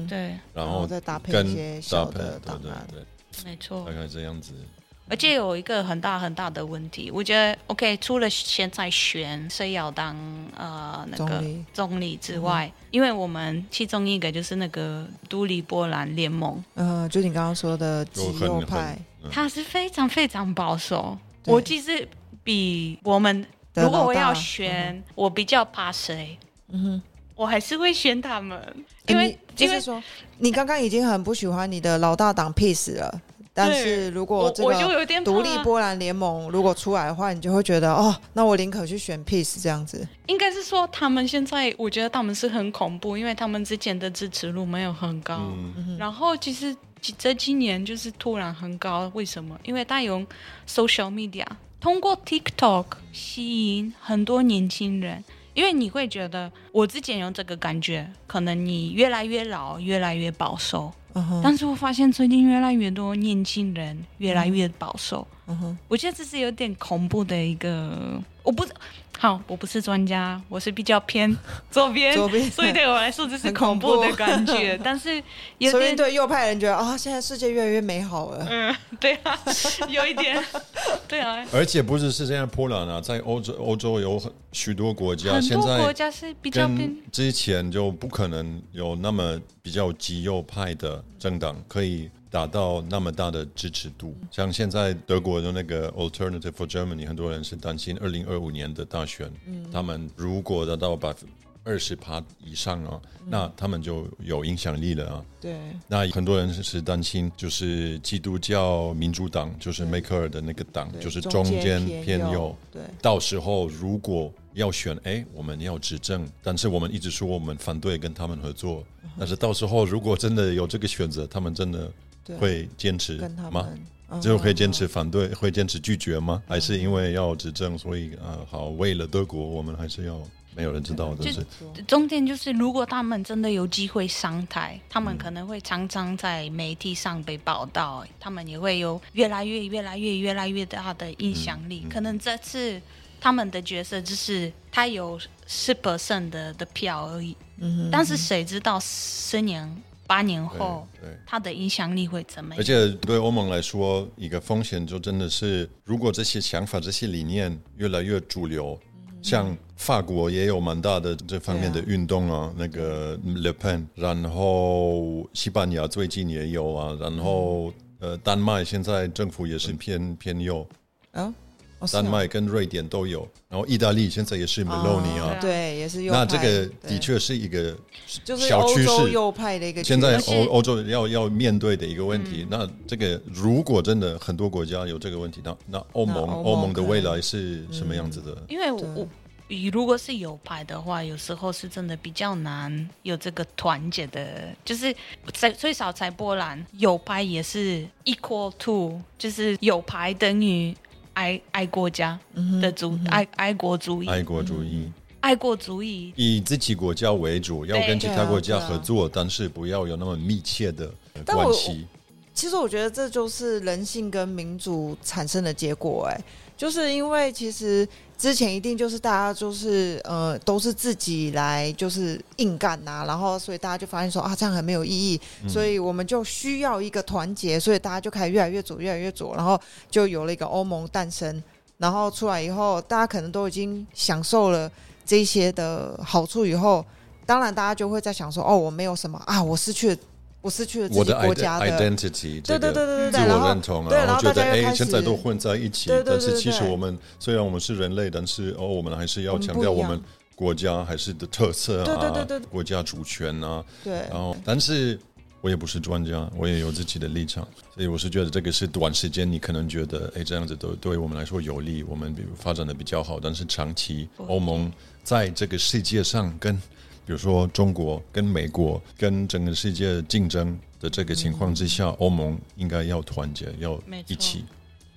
Speaker 1: 对，
Speaker 3: 然
Speaker 2: 嗯然后
Speaker 3: 后
Speaker 2: 再搭配一
Speaker 3: 跟
Speaker 2: 些
Speaker 3: 搭
Speaker 2: 小
Speaker 3: 配，
Speaker 2: 的啊
Speaker 3: 对
Speaker 2: 档
Speaker 3: 哦对
Speaker 2: 案
Speaker 3: 对，
Speaker 1: 没错
Speaker 3: 大。概这样子。
Speaker 1: 而且有一个很大很大的问题，我觉得 OK，除了现在选谁要当呃那
Speaker 2: 总
Speaker 1: 个
Speaker 2: 理嗯
Speaker 1: 总理之外，因为我们其中一个就是那个独立波兰联盟，
Speaker 3: 嗯
Speaker 2: 呃，就你刚刚说的
Speaker 3: 就
Speaker 2: 极
Speaker 3: 很
Speaker 2: 右
Speaker 3: 很
Speaker 2: 派
Speaker 3: 嗯
Speaker 1: 它是非常非常保守。
Speaker 2: 对
Speaker 1: 我其实比我们
Speaker 2: 的
Speaker 1: 如果
Speaker 2: 老
Speaker 1: 我
Speaker 2: 大
Speaker 1: 要，选，我比较怕谁？
Speaker 2: 嗯哼，
Speaker 1: 我还是会选他们，
Speaker 2: 因
Speaker 1: 因
Speaker 2: 为
Speaker 1: 为、
Speaker 2: 就
Speaker 1: 因
Speaker 2: 是
Speaker 1: 为
Speaker 2: 说，你刚刚已经很不喜欢你的老大党 peace 了，但
Speaker 1: 对
Speaker 2: 是如
Speaker 1: 我
Speaker 2: 果这
Speaker 1: 我就
Speaker 2: 个
Speaker 1: 有啊点怕
Speaker 2: 独立波兰联盟如果出来的话，你就会觉得哦，那我宁可去选 peace 这样子。
Speaker 1: 应该是说他们现在，我觉得他们是很恐怖，因为他们之前的支持度没有很
Speaker 2: 哦
Speaker 1: 高，
Speaker 3: 嗯，
Speaker 1: 然后其实其这今年就是突然很高，为什么？因为他用 social media 通过 TikTok 吸引很多年轻人。因为你会觉得，我之前有这个感觉，可能你越来越老，越来越保守。
Speaker 2: 嗯哼，
Speaker 1: 但是我发现最近越来越多年轻人越来越保守，
Speaker 2: 嗯哼，
Speaker 1: 我觉得这是有点恐怖的一个，我不好，我不是专家，我是比较偏左边，
Speaker 2: 左边
Speaker 1: 所以对我来说这是
Speaker 2: 很恐
Speaker 1: 恐
Speaker 2: 怖
Speaker 1: 怖的感觉，但是有
Speaker 2: 所以
Speaker 1: 点
Speaker 2: 对右派人觉得啊、现在世界越来越美好了。
Speaker 1: 嗯，对啊，有一点，对啊，
Speaker 3: 而且不只是这样，波兰啊，在欧洲欧洲有很许多国家
Speaker 1: 很
Speaker 3: 现
Speaker 1: 多国
Speaker 3: 在。
Speaker 1: 家是比较偏
Speaker 3: 跟之前就不可能有那么比较极右派的政党可以达到那么大的支持度。
Speaker 2: 嗯
Speaker 3: 像现在德国的那个 Alternative for Germany，很多人是担心二零二五年的大选，
Speaker 2: 嗯
Speaker 3: 他们如果达到百分二十趴以上啊，
Speaker 2: 嗯
Speaker 3: 那他们就有影响力了啊。
Speaker 2: 对，
Speaker 3: 那很多人是是担心，就是基督教民主党，就是梅克尔的那个党，
Speaker 2: 对
Speaker 3: 就是
Speaker 2: 中
Speaker 3: 中间
Speaker 2: 偏
Speaker 3: 偏右。。
Speaker 2: 对，
Speaker 3: 到时候如果要选，哎，我们要执政，但是我们一直说我们反对跟他们合作，但是到时候如果真的有这个选择，他们真的
Speaker 2: 对
Speaker 3: 会坚持
Speaker 2: 跟他
Speaker 3: 吗？
Speaker 2: 们嗯
Speaker 3: 就会坚持反对，会坚持拒绝吗？还是因为要执政，所以啊，好，为了德国，我们还是要没有人知道，就是
Speaker 2: 嗯
Speaker 1: 重点就是，如果他们真的有机会上台，他
Speaker 3: 嗯
Speaker 1: 们可能会常常在媒体上被报道，他们也会有越来越、越来越、越来越大的影响
Speaker 3: 嗯
Speaker 1: 力。可能这次他们的角色就是他有十 percent 的的票而已，
Speaker 2: 嗯
Speaker 1: 但是谁知道十年、八年
Speaker 2: 哦
Speaker 1: 后
Speaker 3: 对。对
Speaker 1: 他的影响力会怎么样？
Speaker 3: 而且对欧盟来说，一个风险就真的是，如果这些想法、这些理念越来越主流，
Speaker 2: 嗯
Speaker 3: 像法国也有蛮大的这方面的运动啊，那个 Le Pen，然后西班牙最近也有啊，然
Speaker 2: 嗯
Speaker 3: 后呃，丹麦现在政府也是偏偏右，
Speaker 2: 啊，哦嗯是啊
Speaker 3: 丹麦跟瑞典都有，然后意大利现在也是 Meloni 啊
Speaker 2: 哦，对，也是右派。
Speaker 3: 那这个
Speaker 2: 对
Speaker 3: 的确是一个
Speaker 2: 就是
Speaker 3: 小
Speaker 2: 欧
Speaker 3: 趋
Speaker 2: 洲
Speaker 3: 势
Speaker 2: 右派的一个趋势。
Speaker 3: 现在
Speaker 1: 而且
Speaker 3: 欧欧洲要要面对的一个问
Speaker 2: 嗯
Speaker 3: 题，那这个如果真的很多国家有这个问题，那那欧
Speaker 2: 那欧
Speaker 3: 盟
Speaker 2: 盟
Speaker 3: 欧盟的未
Speaker 2: 可嗯
Speaker 3: 来是什么样子的？
Speaker 1: 因为我我如果是有牌的话，有时候是真的比较难有这个团结的，就是在最少在波兰有牌也是 equal to，就是有牌等于爱爱国家的主、爱爱国主义，
Speaker 3: 爱国主义，
Speaker 1: 爱国主义
Speaker 3: 以自己国家为主，要跟其
Speaker 2: 嗯对
Speaker 3: 他
Speaker 2: 啊
Speaker 3: 国家
Speaker 2: 对啊
Speaker 3: 合作，但是不要有那么密切的呃
Speaker 2: 但我
Speaker 3: 关系。
Speaker 2: 其实我觉得这就是人性跟民主产生的结果、哎，就是因为其实之前一定就是大家就是呃都是自己来就是硬干呐、然后所以大家就发现说啊这样很没有意义，
Speaker 3: 嗯
Speaker 2: 所以我们就需要一个团结，所以大家就开始越来越左，越来越左，然后就有了一个欧盟诞生。然后出来以后，大家可能都已经享受了这些的好处以后，当然大家就会在想说，哦，我没有什么啊，我失去了我失去了自
Speaker 3: 我
Speaker 2: 己
Speaker 3: 的
Speaker 2: 国家
Speaker 3: ide-
Speaker 2: 的，
Speaker 3: identity，
Speaker 2: 对
Speaker 3: 这
Speaker 2: 对
Speaker 3: 个
Speaker 2: 对对对
Speaker 3: 自
Speaker 2: 对然后
Speaker 3: 我认同啊，
Speaker 2: 对然
Speaker 3: 然
Speaker 2: 后
Speaker 3: 觉得
Speaker 2: 大家又
Speaker 3: 哎，
Speaker 2: 开始
Speaker 3: 现在都混在一起
Speaker 2: 对，对
Speaker 3: 但
Speaker 2: 对
Speaker 3: 是
Speaker 2: 对
Speaker 3: 其实
Speaker 2: 对
Speaker 3: 我们虽然我们是人类，但是哦，我们还是要
Speaker 2: 我们
Speaker 3: 强
Speaker 2: 不
Speaker 3: 调
Speaker 2: 一
Speaker 3: 我
Speaker 2: 样
Speaker 3: 们国家还是的特色啊，
Speaker 2: 对对对对对
Speaker 3: 国家主权啊，
Speaker 2: 对
Speaker 3: 然后但是。我也不是专家，我也有自己的立场，所以我是觉得这个是短时间你可能觉得，哎，这样子都对我们来说有利，我们比如发展的比较好。但是长期，欧盟在这个世界上跟，比如说中国跟美国跟整个世界竞争的这个情况之
Speaker 2: 嗯
Speaker 3: 下，欧盟应该要团结，要
Speaker 1: 没错
Speaker 3: 一起。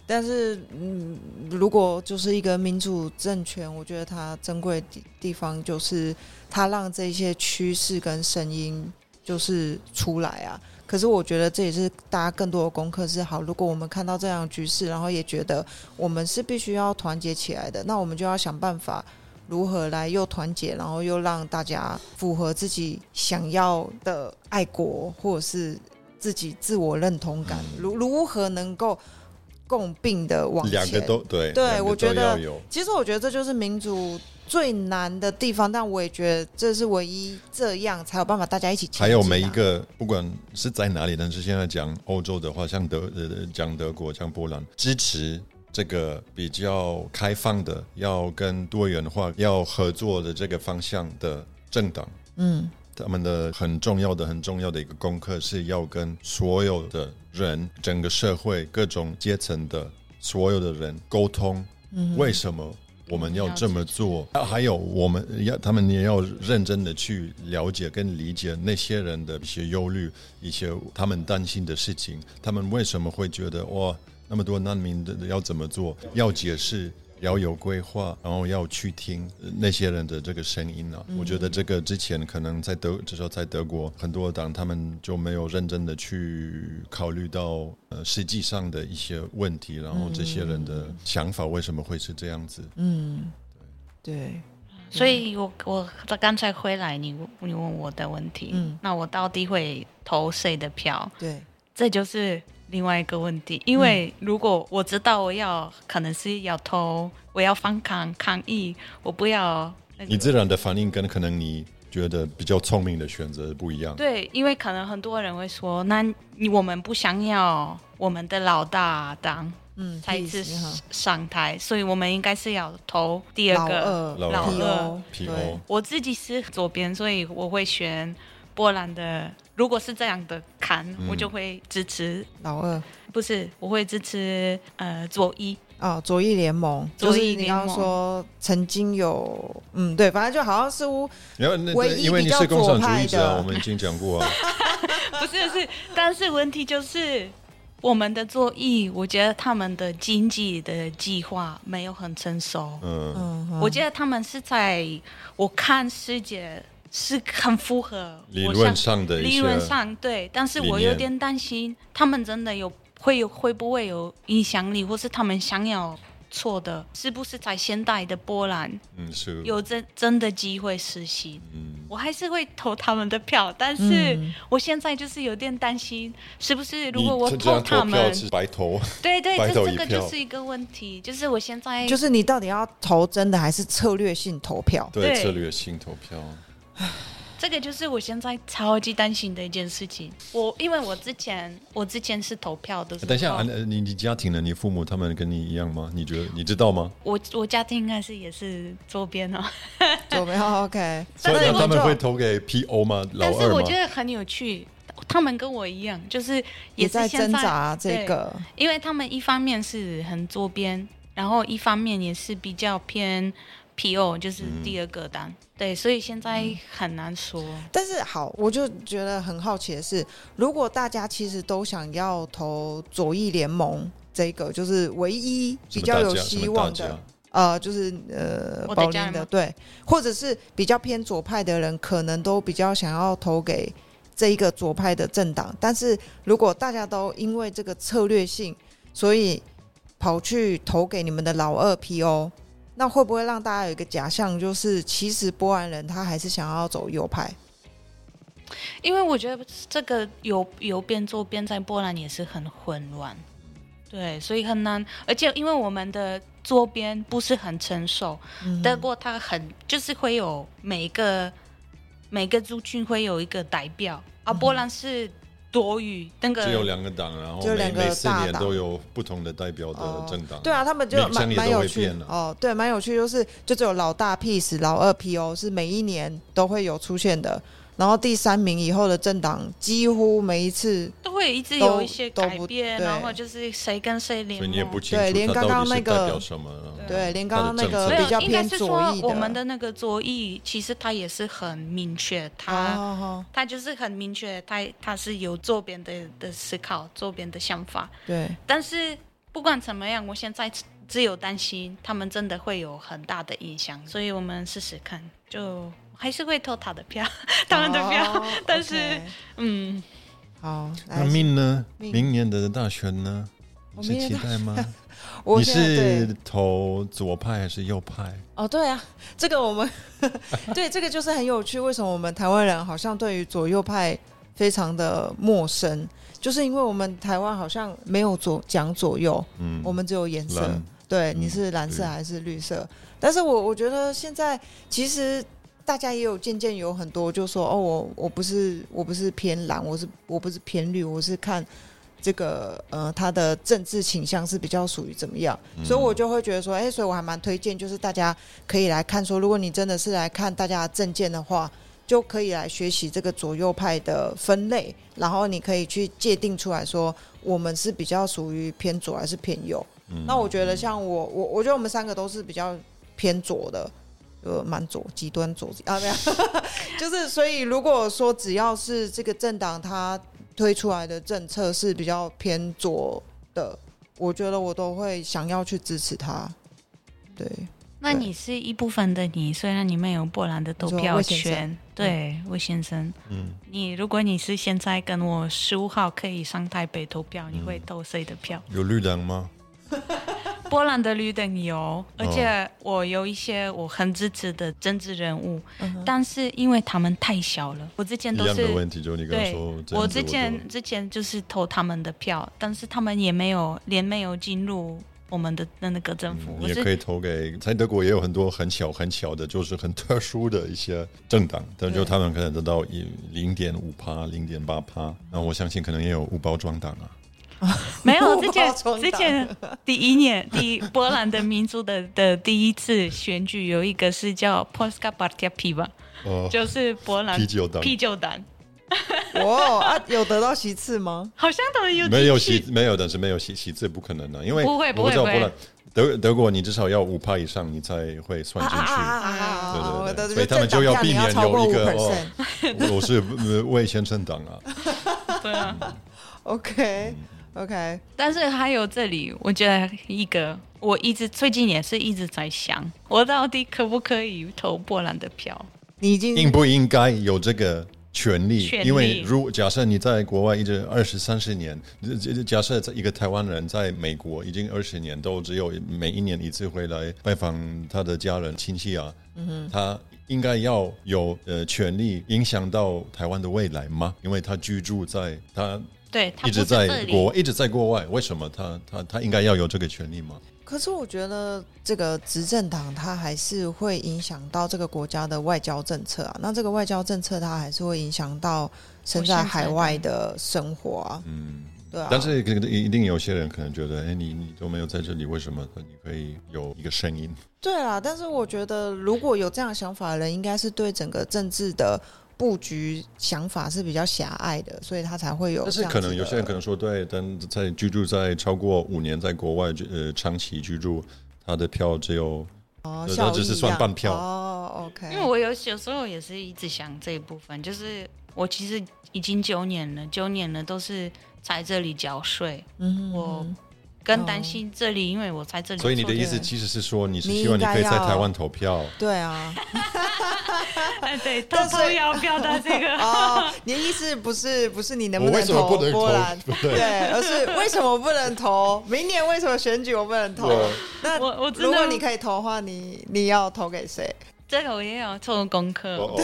Speaker 2: 但是，嗯，如果就是一个民主政权，我觉得它珍贵的地地方就是它让这些趋势跟声音就是出来啊。可是我觉得这也是大家更多的功课是好。如果我们看到这样的局势，然后也觉得我们是必须要团结起来的，那我们就要想办法如何来又团结，然后又让大家符合自己想要的爱国或者是自己自我认同感，如如何能够共病的往前。
Speaker 3: 两个都对，
Speaker 2: 对
Speaker 3: 两个
Speaker 2: 我觉
Speaker 3: 都
Speaker 2: 得
Speaker 3: 要有。
Speaker 2: 其实我觉得这就是民主最难的地方，但我也觉得这是唯一这样才有办法大家一起前进啊、
Speaker 3: 还有每一个，不管是在哪里，但是现在讲欧洲的话，像德呃讲德国，像波兰，支持这个比较开放的、要跟多元化、要合作的这个方向的政党，
Speaker 2: 嗯，
Speaker 3: 他们的很重要的、很重要的一个功课是要跟所有的人、整个社会各种阶层的所有的人沟通，为什么我们要这么做？啊还有我们要他们也要认真的去了解跟理解那些人的一些忧虑、一些他们担心的事情，他们为什么会觉得哇那么多难民的要怎么做？要解释。要有规划，然后要去听呃那些人的这个声音啊。我觉得这个之前可能在德，至少在德国，很多党他们就没有认真的去考虑到呃实际上的一些问题，然后这些人的想法为什么会是这样子？
Speaker 2: 嗯，对，
Speaker 1: 所以我我刚才回来，你你问我的问题，
Speaker 2: 嗯
Speaker 1: 那我到底会投谁的票？
Speaker 2: 对，
Speaker 1: 这就是另外一个问题，因为如果我知道我要可能是要投，我要反抗抗议，我不要、那个
Speaker 3: 你自然的反应跟可能你觉得比较聪明的选择不一样。
Speaker 1: 对，因为可能很多人会说，那你我们不想要我们的老大当
Speaker 2: 嗯，
Speaker 1: 才是
Speaker 2: peace，你好
Speaker 1: 上台，所以我们应该是要投第
Speaker 2: 老
Speaker 1: 二个。
Speaker 2: 二，
Speaker 3: 老
Speaker 1: 二
Speaker 2: PO
Speaker 3: PO
Speaker 1: 我自己是左边，所以我会选波兰的。如果是这样的看，我就会支持，
Speaker 2: 老二
Speaker 1: 不是，我会支持呃左一。
Speaker 2: 哦，左翼联盟，就
Speaker 1: 左
Speaker 2: 是
Speaker 1: 翼
Speaker 2: 你
Speaker 1: 联
Speaker 2: 刚
Speaker 1: 盟
Speaker 2: 刚说曾经有，嗯，对，反正就好像似乎
Speaker 3: 然后那
Speaker 2: 唯一
Speaker 3: 因为你是
Speaker 2: 比较
Speaker 3: 共
Speaker 2: 左
Speaker 3: 产主
Speaker 2: 派
Speaker 3: 义者啊，
Speaker 2: 的
Speaker 3: 我们已经讲过啊。
Speaker 1: 不是是，但是问题就是我们的作意，我觉得他们的经济的计划没有很成熟。
Speaker 3: 嗯，
Speaker 2: 嗯哼，
Speaker 1: 我觉得他们是在我看世界是很符合
Speaker 3: 理
Speaker 1: 我
Speaker 3: 论
Speaker 1: 想
Speaker 3: 上的一
Speaker 1: 理
Speaker 3: 些
Speaker 1: 论上对，但是
Speaker 3: 理
Speaker 1: 我有
Speaker 3: 念
Speaker 1: 点担心他们真的有会有会不会有影响力，或是他们想要错的，是不是在现代的波兰
Speaker 3: 嗯是
Speaker 1: 有真真的机会实行？
Speaker 3: 嗯
Speaker 1: 我还是会投他们的票，但是
Speaker 2: 嗯
Speaker 1: 我现在就是有点担心，是不是如
Speaker 3: 你
Speaker 1: 果我
Speaker 3: 这
Speaker 1: 投
Speaker 3: 样
Speaker 1: 他
Speaker 3: 投
Speaker 1: 们
Speaker 3: 票，是白投，
Speaker 1: 对对，
Speaker 3: 白投
Speaker 1: 这
Speaker 3: 一
Speaker 1: 这个
Speaker 3: 票
Speaker 1: 就是一个问题，就是我现在
Speaker 2: 就是你到底要投真的还是策略性 投票？
Speaker 3: 对
Speaker 1: 对
Speaker 3: 策略性投票。
Speaker 1: 这个就是我现在超级担心的一件事情。我因为我之前我之前是投票的时候，
Speaker 3: 等一下，啊呃你你家庭呢？你父母他们跟你一样吗？你觉得你知道吗？
Speaker 1: 我我家庭应该是也是周边哦，
Speaker 2: 左边 OK，
Speaker 1: 但是
Speaker 3: 所以
Speaker 1: 我
Speaker 3: 他们
Speaker 2: 就
Speaker 3: 会投给 PO 吗？老
Speaker 1: 但是
Speaker 3: 二
Speaker 1: 我
Speaker 3: 吗
Speaker 1: 觉？得很有趣，他们跟我一样，就是
Speaker 2: 也
Speaker 1: 是
Speaker 2: 在
Speaker 1: 现
Speaker 2: 挣扎这
Speaker 1: 对
Speaker 2: 个，
Speaker 1: 因为他们一方面是很周边，然后一方面也是比较偏 PO，就是第二个单。对，所以现在很难说。
Speaker 2: 但是好，我就觉得很好奇的是，如果大家其实都想要投左翼联盟这个，就是唯一
Speaker 3: 什
Speaker 2: 比
Speaker 3: 么
Speaker 2: 较
Speaker 3: 大
Speaker 2: 有
Speaker 3: 家什么
Speaker 2: 希
Speaker 3: 大
Speaker 2: 望
Speaker 3: 家
Speaker 2: 的，呃，就是呃，
Speaker 1: 我的
Speaker 2: 保
Speaker 1: 家
Speaker 2: 龄
Speaker 1: 人
Speaker 2: 的
Speaker 1: 吗
Speaker 2: 对，或者是比较偏左派的人，可能都比较想要投给这一个左派的政党。但是如果大家都因为这个策略性，所以跑去投给你们的老二 PO，那会不会让大家有一个假象，就是其实波兰人他还是想要走右派？
Speaker 1: 因为我觉得这个有有边周边在波兰也是很混乱，对，所以很难。而且因为我们的周边不是很成熟，德国它很就是会啊有每个每个族群会有一个代表，而波兰是多语，那个
Speaker 3: 只有两个党，然后
Speaker 2: 只有
Speaker 3: 每
Speaker 2: 两个
Speaker 3: 每四
Speaker 2: 大
Speaker 3: 年
Speaker 2: 党
Speaker 3: 都有不同的代表的政党。
Speaker 2: 对啊，他们就
Speaker 3: 名
Speaker 2: 蛮
Speaker 3: 称也
Speaker 2: 蛮
Speaker 3: 都
Speaker 2: 有
Speaker 3: 会
Speaker 2: 趣
Speaker 3: 变了
Speaker 2: 哦，对，蛮有趣，就是就只有老大 peace，老二 PO 是每一年都会有出现的，然后第三名以后的政党几乎每一次
Speaker 1: 都会一直
Speaker 2: 都
Speaker 1: 有一些
Speaker 2: 都
Speaker 1: 改
Speaker 2: 不
Speaker 1: 变，
Speaker 2: 对
Speaker 1: 然后就是谁跟谁联
Speaker 3: 所
Speaker 1: 盟。
Speaker 3: 以你也不清
Speaker 2: 对连
Speaker 3: 楚它
Speaker 2: 刚
Speaker 3: 到
Speaker 2: 刚
Speaker 3: 底
Speaker 2: 那
Speaker 3: 是
Speaker 2: 个
Speaker 3: 代表什么。
Speaker 2: 对连
Speaker 3: 它
Speaker 2: 刚
Speaker 3: 的
Speaker 2: 刚那个
Speaker 3: 政策
Speaker 1: 没
Speaker 2: 比
Speaker 1: 有，
Speaker 2: 较
Speaker 1: 呃应该
Speaker 2: 偏
Speaker 1: 是
Speaker 2: 左
Speaker 1: 说
Speaker 2: 翼的，
Speaker 1: 我们的那个左翼，其实他也是很明确，他、
Speaker 2: 哦哦
Speaker 1: 他就是很明确，他他是有周边的的思考，周边的想法。
Speaker 2: 对
Speaker 1: 但是不管怎么样，我现在只只有担心他们真的会有很大的影响，所以我们试试看，就还是会投他的票， 他们的票。
Speaker 2: 哦
Speaker 1: 但是
Speaker 2: OK
Speaker 1: 嗯，
Speaker 2: 好，来
Speaker 3: 那命呢？
Speaker 2: 命
Speaker 3: 明年的大选呢？你
Speaker 2: 明
Speaker 3: 是
Speaker 2: 年
Speaker 3: 期
Speaker 2: 的
Speaker 3: 待吗？
Speaker 2: 我
Speaker 3: 你
Speaker 2: 现在对
Speaker 3: 是投左派还是右派？
Speaker 2: 哦，对啊，这个我们 对这个就是很有趣。为什么我们台湾人好像对于左右派非常的陌生？就是因为我们台湾好像没有左讲左右，
Speaker 3: 嗯，
Speaker 2: 我们只有颜色。
Speaker 3: 蓝
Speaker 2: 对，
Speaker 3: 嗯
Speaker 2: 你是蓝色
Speaker 3: 对
Speaker 2: 还是绿色？但是我我觉得现在其实大家也有渐渐有很多就说哦，我我不是我不是偏蓝，我是我不是偏绿，我是看这个呃他的政治倾向是比较属于怎么样，
Speaker 3: 嗯
Speaker 2: 所以我就会觉得说，哎、所以我还蛮推荐，就是大家可以来看说，如果你真的是来看大家的证件的话。就可以来学习这个左右派的分类，然后你可以去界定出来说，我们是比较属于偏左还是偏右。
Speaker 3: 嗯
Speaker 2: 那我觉得像我我我觉得我们三个都是比较偏左的，呃，蛮左极端左啊，没有，就是所以如果说只要是这个政党它推出来的政策是比较偏左的，我觉得我都会想要去支持它。对，
Speaker 1: 那你是一部分的你，虽然你没有波兰的投
Speaker 2: 你说
Speaker 1: 票
Speaker 2: 魏先生嗯
Speaker 1: 权，对魏先生，
Speaker 3: 嗯，
Speaker 1: 你如果你是现在跟我十五号可以上台北投票，
Speaker 3: 嗯
Speaker 1: 你会投谁的票？
Speaker 3: 有绿党吗？
Speaker 1: 波兰的绿灯
Speaker 3: 哦
Speaker 1: 油，而且我有一些我很支持的政治人物，
Speaker 2: 嗯
Speaker 1: 但是因为他们太小了，我之前
Speaker 3: 一
Speaker 1: 都
Speaker 3: 样的
Speaker 1: 是
Speaker 3: 问题，就你刚刚
Speaker 1: 对
Speaker 3: 说，这样
Speaker 1: 我
Speaker 3: 子
Speaker 1: 之前之前就是投他们的票，但是他们也没有连没有进入我们的那个政府，
Speaker 3: 嗯
Speaker 1: 我
Speaker 3: 你也可
Speaker 1: 是
Speaker 3: 以投给，在德国也有很多很小很小的，就是很特殊的一些政党，但就他们可能得到一零点五趴、零点八趴，那我相信可能也有无包装党啊。
Speaker 1: 没有
Speaker 2: 我
Speaker 1: 之前
Speaker 2: 包装
Speaker 1: 之
Speaker 2: 党
Speaker 1: 前第一年第一波兰的民族的的第一次选举有一个是叫 Polska Partia Piwa，
Speaker 3: 哦，
Speaker 1: 就是波兰
Speaker 3: 啤酒党
Speaker 1: 啤酒党，
Speaker 2: 哇啊，有得到其次吗？
Speaker 1: 好像都有
Speaker 3: 没有
Speaker 1: 进去
Speaker 3: 席，没有，但是没有席席次不可能的、啊因为
Speaker 1: 不会
Speaker 3: 我
Speaker 1: 不会
Speaker 3: 知道
Speaker 1: 不会
Speaker 3: 波兰德德国，你至少要五趴以上，你才会算进
Speaker 2: 啊
Speaker 3: 去。对对对，所以他们就避免
Speaker 2: 超过
Speaker 3: 有一
Speaker 2: 五
Speaker 3: 个
Speaker 2: percent。
Speaker 3: 哦，我是呃魏先生党啊，
Speaker 1: 对啊。
Speaker 2: OK OK，
Speaker 1: 但是还有这里，我觉得一个我一直最近也是一直在想，我到底可不可以投波兰的票？
Speaker 2: 你已经
Speaker 3: 应不应该有这个权利？
Speaker 1: 权利
Speaker 3: 因为如假设你在国外一直二十三十年，这这假设一个台湾人在美国已经二十年，都只有每一年一次回来拜访他的家人亲戚啊，
Speaker 1: 嗯
Speaker 3: 他。应该要有呃权利影响到台湾的未来吗？因为他居住在他
Speaker 1: 对，他
Speaker 3: 一
Speaker 1: 不
Speaker 3: 直
Speaker 1: 是
Speaker 3: 在
Speaker 1: 这
Speaker 3: 国
Speaker 1: 里，
Speaker 3: 一直在国外，为什么他他他应该要有这个权利吗？
Speaker 2: 可是我觉得这个执政党它还是会影响到这个国家的外交政策啊，那这个外交政策它还是会影响到身在海外的生活啊，
Speaker 3: 嗯，
Speaker 2: 对啊。
Speaker 3: 但是可能一定有些人可能觉得，哎，你你都没有在这里，为什么你可以有一个声音？
Speaker 2: 对啦，但是我觉得如果有这样想法的人，应该是对整个政治的布局想法是比较狭隘的，所以他才会有
Speaker 3: 但
Speaker 2: 这
Speaker 3: 是
Speaker 2: 样子
Speaker 3: 可
Speaker 2: 的。
Speaker 3: 能有些人可能说，对，但在居住在超过五年，在国外居呃长期居住，他的票只有
Speaker 2: 哦，
Speaker 3: 对
Speaker 2: 效
Speaker 3: 他只是
Speaker 2: 益一
Speaker 3: 算
Speaker 2: 样
Speaker 3: 半票
Speaker 2: 哦，OK。
Speaker 1: 因为我有有时候也是一直想这一部分，就是我其实已经九年了，九年了都是在这里缴税，
Speaker 2: 嗯
Speaker 1: 我更担
Speaker 2: 哦
Speaker 1: 心这里，因为我在这里做
Speaker 3: 所
Speaker 1: 的，
Speaker 3: 以你的意思
Speaker 2: 对
Speaker 3: 其实是说，你是
Speaker 2: 你
Speaker 3: 希望你
Speaker 2: 应该
Speaker 3: 可以在
Speaker 2: 要
Speaker 3: 台湾投票，
Speaker 2: 对啊，
Speaker 1: 哎对，偷
Speaker 2: 但
Speaker 1: 偷
Speaker 2: 是。
Speaker 1: 要表达这 个
Speaker 2: 哦，你的意思不是不是你能
Speaker 3: 我
Speaker 2: 能
Speaker 3: 为什么不能
Speaker 2: 波
Speaker 3: 投
Speaker 2: 兰，
Speaker 3: 对
Speaker 2: 对，而是为什么不能投？明年
Speaker 4: 啊
Speaker 2: 为什么选举我不能投
Speaker 3: 对？
Speaker 2: 那
Speaker 1: 我我真的
Speaker 2: 如果你可以投的话，你你要投给谁？
Speaker 1: 这个我也有做功课。嗯
Speaker 4: 哦哦，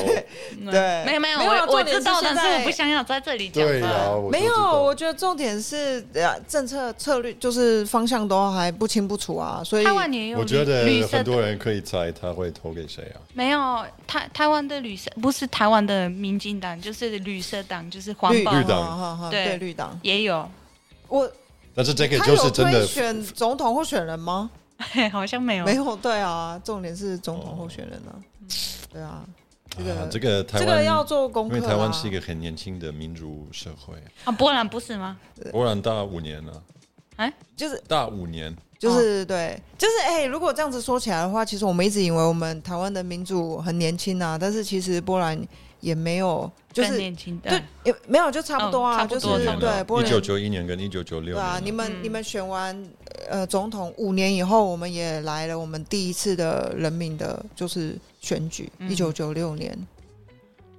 Speaker 2: 对
Speaker 1: 没有没有，
Speaker 2: 没有啊
Speaker 1: 我
Speaker 2: 重
Speaker 1: 我
Speaker 2: 点是
Speaker 1: 知道，
Speaker 2: 现
Speaker 1: 但
Speaker 2: 在
Speaker 1: 是我不想要在这里讲
Speaker 4: 对
Speaker 1: 吧。
Speaker 4: 呀，我就
Speaker 2: 没有
Speaker 4: 知，道
Speaker 2: 我觉得重点是呃，政策策略就是方向都还不清不楚啊，所以
Speaker 1: 台湾也有
Speaker 4: 我觉
Speaker 1: 绿
Speaker 4: 得
Speaker 1: 色
Speaker 4: 很
Speaker 1: 的，
Speaker 4: 多人可以猜他会投给谁啊？
Speaker 1: 没有台台湾的绿色，不是台湾的民进党，就是绿色党，就是环
Speaker 2: 绿
Speaker 1: 保
Speaker 4: 绿党
Speaker 2: 哈哈哈
Speaker 1: 对
Speaker 2: 对绿党，
Speaker 1: 也有，
Speaker 2: 我
Speaker 4: 但是这个
Speaker 2: 他
Speaker 4: 就
Speaker 2: 有
Speaker 4: 是真
Speaker 2: 推
Speaker 4: 的，
Speaker 2: 选总统候选人吗？
Speaker 1: 好像没有。
Speaker 2: 没有，对啊，重点是总统候选人呢、对啊，这个、
Speaker 4: 啊这个哦嗯台
Speaker 2: 这
Speaker 4: 湾
Speaker 2: 个要做功
Speaker 4: 因
Speaker 2: 课
Speaker 4: 为
Speaker 2: 啦，
Speaker 4: 台湾是一个很年轻的民主社会，
Speaker 1: 啊，波兰不是吗？
Speaker 3: 波兰大五年了，
Speaker 2: 就是
Speaker 3: 大五年，
Speaker 2: 就是、对，就是哎、如果这样子说起来的话，其实我们一直以为我们台湾的民主很年轻啊，但是其实波兰也没有，就
Speaker 1: 更
Speaker 2: 是
Speaker 1: 年轻的
Speaker 2: 就也没有，就差不多
Speaker 1: 嗯
Speaker 2: 啊，
Speaker 1: 差不
Speaker 2: 就
Speaker 1: 多
Speaker 2: 是
Speaker 1: 差不多
Speaker 2: 对波
Speaker 3: 一
Speaker 2: 兰
Speaker 3: 九九一年跟一九九六
Speaker 2: 对啊，你
Speaker 3: 年了，
Speaker 2: 们、
Speaker 1: 嗯
Speaker 2: 你们选完呃总统五年以后，我们也来了我们第一次的人民的，就是选举，
Speaker 1: 嗯
Speaker 2: 一九九六年。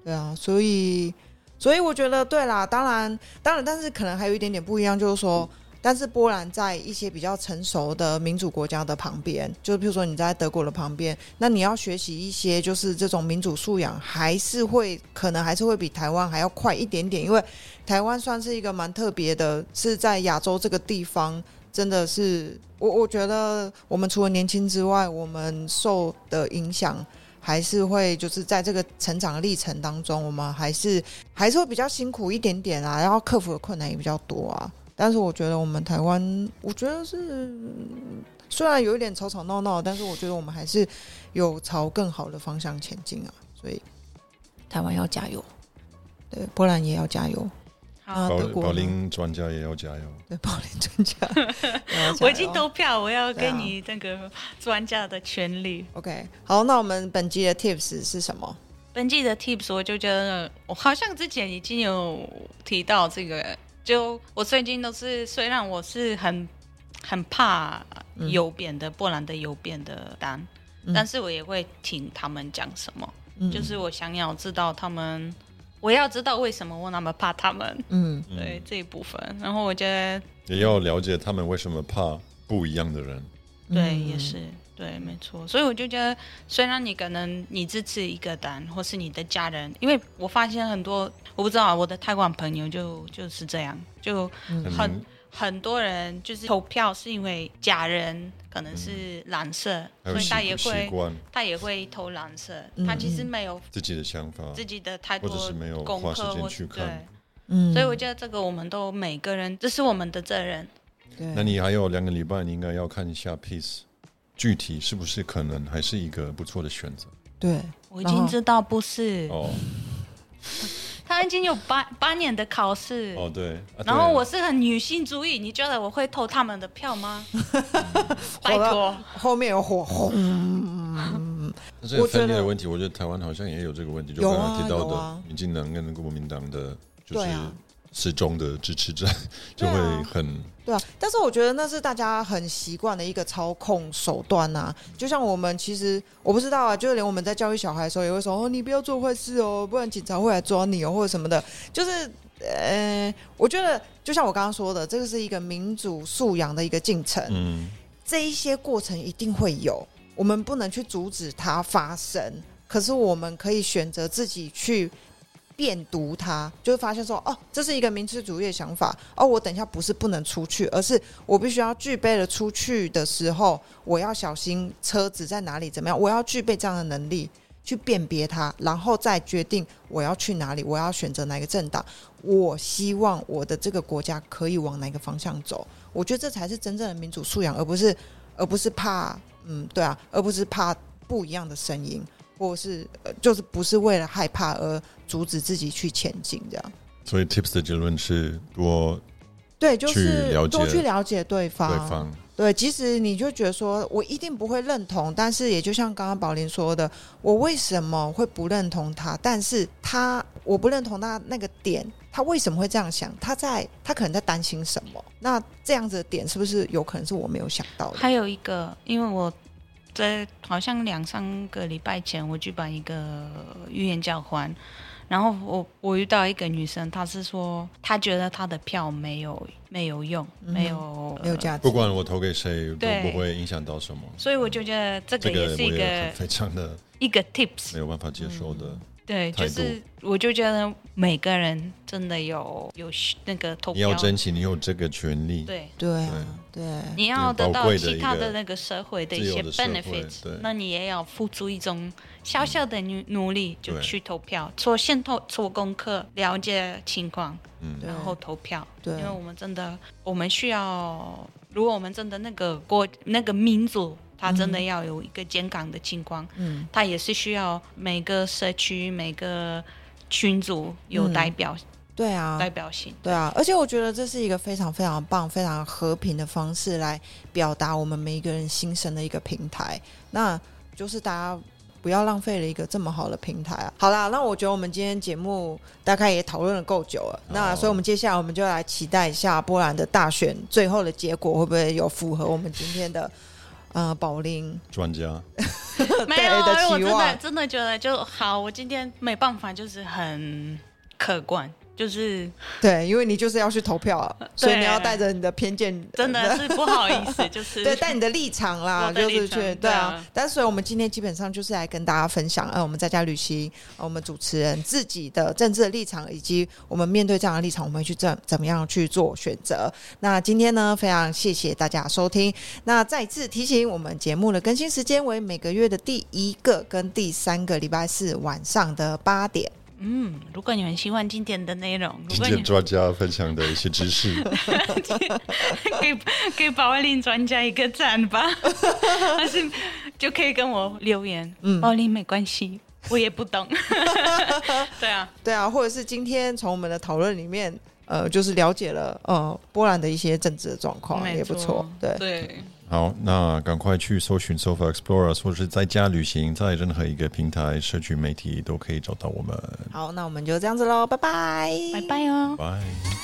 Speaker 2: 对啊，所以所以我觉得对啦，当然当然，但是可能还有一点点不一样，就是说。但是波兰在一些比较成熟的民主国家的旁边，就比如说你在德国的旁边，那你要学习一些就是这种民主素养，还是会可能还是会比台湾还要快一点点，因为台湾算是一个蛮特别的，是在亚洲这个地方，真的是我我觉得我们除了年轻之外，我们受的影响还是会就是在这个成长历程当中，我们还是还是会比较辛苦一点点啊，然后克服的困难也比较多啊。但是我觉得我们台湾，我觉得是嗯虽然有一点吵吵闹闹，但是我觉得我们还是有朝更好的方向前进啊，所以台湾要加油，对，波兰也要加油。
Speaker 1: 好
Speaker 2: 啊，
Speaker 4: 保
Speaker 2: 德国吗
Speaker 4: 保龄专家也要加油。
Speaker 2: 对，保龄专家，
Speaker 1: 我已经投票，我要
Speaker 2: 对啊
Speaker 1: 跟你那个专家的权利。
Speaker 2: OK。好，那我们本集的 Tips 是什么？
Speaker 1: 本季的 tips，我就觉得嗯我好像之前已经有提到这个，就我最近都是，虽然我是很很怕
Speaker 2: 嗯
Speaker 1: 右边的、波兰的右边的单，
Speaker 2: 嗯
Speaker 1: 但是我也会听他们讲什么，
Speaker 2: 嗯
Speaker 1: 就是我想要知道他们，我要知道为什么我那么怕他们，
Speaker 2: 嗯
Speaker 4: 嗯
Speaker 1: 对这一部分。然后我觉得
Speaker 3: 也要了解他们为什么怕不一样的人。
Speaker 1: 对，
Speaker 2: 嗯
Speaker 1: 也是对，没错。所以我就觉得，虽然你可能你支持一个党，或是你的家人，因为我发现很多，我不知道啊我的泰国朋友就就是这样，就很、
Speaker 3: 很
Speaker 1: 很多人就是投票是因为家人可能是蓝色，
Speaker 3: 嗯还
Speaker 1: 所
Speaker 3: 有
Speaker 1: 以
Speaker 3: 习
Speaker 1: 他也
Speaker 3: 习
Speaker 1: 会
Speaker 3: 惯
Speaker 1: 他也会投蓝色，
Speaker 2: 嗯
Speaker 1: 他其实没有
Speaker 3: 自己的想法，
Speaker 1: 自己的太
Speaker 3: 或
Speaker 1: 多
Speaker 3: 者是没有
Speaker 1: 功
Speaker 3: 花时
Speaker 1: 课
Speaker 3: 间
Speaker 1: 或
Speaker 3: 去
Speaker 1: 对
Speaker 3: 看。
Speaker 2: 嗯
Speaker 1: 所以我觉得这个我们都每个人，这是我们的责任。
Speaker 2: 对
Speaker 3: 那你还有两个礼拜，你应该要看一下 Peace，具体是不是可能还是一个不错的选择
Speaker 2: 对
Speaker 1: 我已
Speaker 2: 然
Speaker 1: 经
Speaker 2: 后
Speaker 1: 知道不是，
Speaker 3: 哦
Speaker 1: 他已经有八八年的考试。
Speaker 3: 哦对，啊对啊
Speaker 1: 然后我是很女性主义，你觉得我会投他们的 票吗？拜托，
Speaker 2: 后面有火红，
Speaker 3: 那这个
Speaker 2: 我觉得
Speaker 3: 分裂的问题，我觉得台湾好像也有这个问题，就
Speaker 2: 有
Speaker 3: 刚
Speaker 2: 啊
Speaker 3: 刚提到
Speaker 2: 有
Speaker 3: 的
Speaker 2: 啊
Speaker 3: 民进党跟国民党的就
Speaker 2: 对
Speaker 3: 是
Speaker 2: 啊
Speaker 3: 失踪的支持者，就
Speaker 2: 对啊
Speaker 3: 会很
Speaker 2: 对啊，但是我觉得那是大家很习惯的一个操控手段呐、就像我们其实我不知道啊，就是连我们在教育小孩的时候也会说哦，你不要做坏事哦，不然警察会来抓你哦，或者什么的。就是呃，我觉得就像我刚刚说的，这个是一个民主素养的一个进程。
Speaker 3: 嗯
Speaker 2: 这一些过程一定会有，我们不能去阻止它发生，可是我们可以选择自己去辨读它，就会发现说，哦，这是一个民粹主义的想法，哦，我等一下不是不能出去，而是我必须要具备了出去的时候，我要小心车子在哪里怎么样，我要具备这样的能力。去辨别它，然后再决定我要去哪里，我要选择哪个政党，我希望我的这个国家可以往哪个方向走。我觉得这才是真正的民主素养，而不是而不是怕嗯对啊，而不是怕不一样的声音，或是、呃、就是不是为了害怕而阻止自己去前进这样。
Speaker 3: 所以 Tips 的结论是多
Speaker 2: 对，就
Speaker 3: 去
Speaker 2: 是
Speaker 3: 了解
Speaker 2: 多去了解对
Speaker 3: 对
Speaker 2: 方，
Speaker 3: 方
Speaker 2: 对，即使你就觉得说我一定不会认同，但是也就像刚刚宝林说的，我为什么会不认同他？但是他我不认同他那个点，他为什么会这样想？他在他可能在担心什么？那这样子的点是不是有可能是我没有想到的？
Speaker 1: 还有一个，因为我在好像两三个礼拜前，我举办一个语言交换，然后我我遇到一个女生，她是说她觉得她的票没有没有用，
Speaker 4: 嗯
Speaker 1: 没有
Speaker 2: 没有价值。
Speaker 4: 不管我投给谁，都
Speaker 1: 对
Speaker 4: 不会影响到什么。
Speaker 1: 所以我就觉得这个
Speaker 4: 这
Speaker 1: 也
Speaker 4: 个
Speaker 1: 是一
Speaker 4: 我也
Speaker 1: 个
Speaker 4: 非常的
Speaker 1: 一个 tips，
Speaker 4: 没有办法接受的。
Speaker 1: 对，
Speaker 4: 态
Speaker 1: 就
Speaker 4: 度
Speaker 1: 是我就觉得每个人真的有有需那个投
Speaker 4: 你要
Speaker 1: 票，
Speaker 4: 珍惜你有这个权利，
Speaker 1: 对，
Speaker 2: 对啊，对，
Speaker 1: 你要得
Speaker 4: 宝
Speaker 1: 到
Speaker 4: 贵的一个
Speaker 1: 其他的那个社会的一
Speaker 4: 自由
Speaker 1: 些
Speaker 4: 的社会
Speaker 1: benefit，
Speaker 4: 对
Speaker 1: 那你也要付出一种小小的努努力，就
Speaker 4: 对
Speaker 1: 去投票，做先投做功课，了解情况，
Speaker 4: 嗯，
Speaker 2: 对
Speaker 1: 然后投票。
Speaker 2: 对
Speaker 1: 因为我们真的，我们需要，如果我们真的那个国那个民族，它真的要有一个健康的情况，
Speaker 2: 嗯，
Speaker 1: 它也是需要每个社区每个群组
Speaker 4: 嗯
Speaker 1: 有代表、
Speaker 2: 对啊，
Speaker 1: 代表性。
Speaker 2: 对啊，而且我觉得这是一个非常非常棒、非常和平的方式来表达我们每一个人心声的一个平台。那就是大家不要浪费了一个这么好的平台啊！好啦，那我觉得我们今天节目大概也讨论了够久了，那所以我们接下来我们就来期待一下波兰的大选最后的结果会不会有符合我们今天的呃保龄
Speaker 4: 专家，
Speaker 1: 没
Speaker 2: 对
Speaker 1: 有啊，
Speaker 2: 的期
Speaker 1: 我真的
Speaker 2: 望
Speaker 1: 真的觉得就好，我今天没办法，就是很客观，就是
Speaker 2: 对，因为你就是要去投票啊，所以你要带着你的偏见，呃
Speaker 1: 真 的是不好意思，就是
Speaker 2: 对，但你的立场啦，
Speaker 1: 我的
Speaker 2: 就
Speaker 1: 立
Speaker 2: 是
Speaker 1: 场
Speaker 2: 去对
Speaker 1: 对
Speaker 2: 啊
Speaker 1: 啊。
Speaker 2: 但所以我们今天基本上就是来跟大家分享，呃，我们在家旅行，呃我们主持人自己的政治的立场，以及我们面对这样的立场，我们会去怎怎么样去做选择。那今天呢，非常谢谢大家收听。那再次提醒，我们节目的更新时间为每个月的第一个跟第三个礼拜四晚上的八点。
Speaker 1: 嗯，如果你们喜欢今天的内 容，如
Speaker 4: 今
Speaker 1: 果
Speaker 4: 天
Speaker 1: 你
Speaker 4: 专家分享的一些知 识，
Speaker 1: 给给保卫令专家一个赞吧， 但是就可以跟我留言，嗯，保龄没关系，我也不懂， 对啊，
Speaker 2: 对啊，或者是今天从我们的讨论里面，呃，就是了解了呃波兰的一些政治的状况，
Speaker 1: 没
Speaker 2: 哦也不错。对。
Speaker 1: 对，
Speaker 4: 好，那赶快去搜寻 Sofa Explorer，或是在家旅行，在任何一个平台、社群媒体都可以找到我们。
Speaker 2: 好，那我们就这样子喽，拜拜，
Speaker 1: 拜拜哦。
Speaker 4: 拜。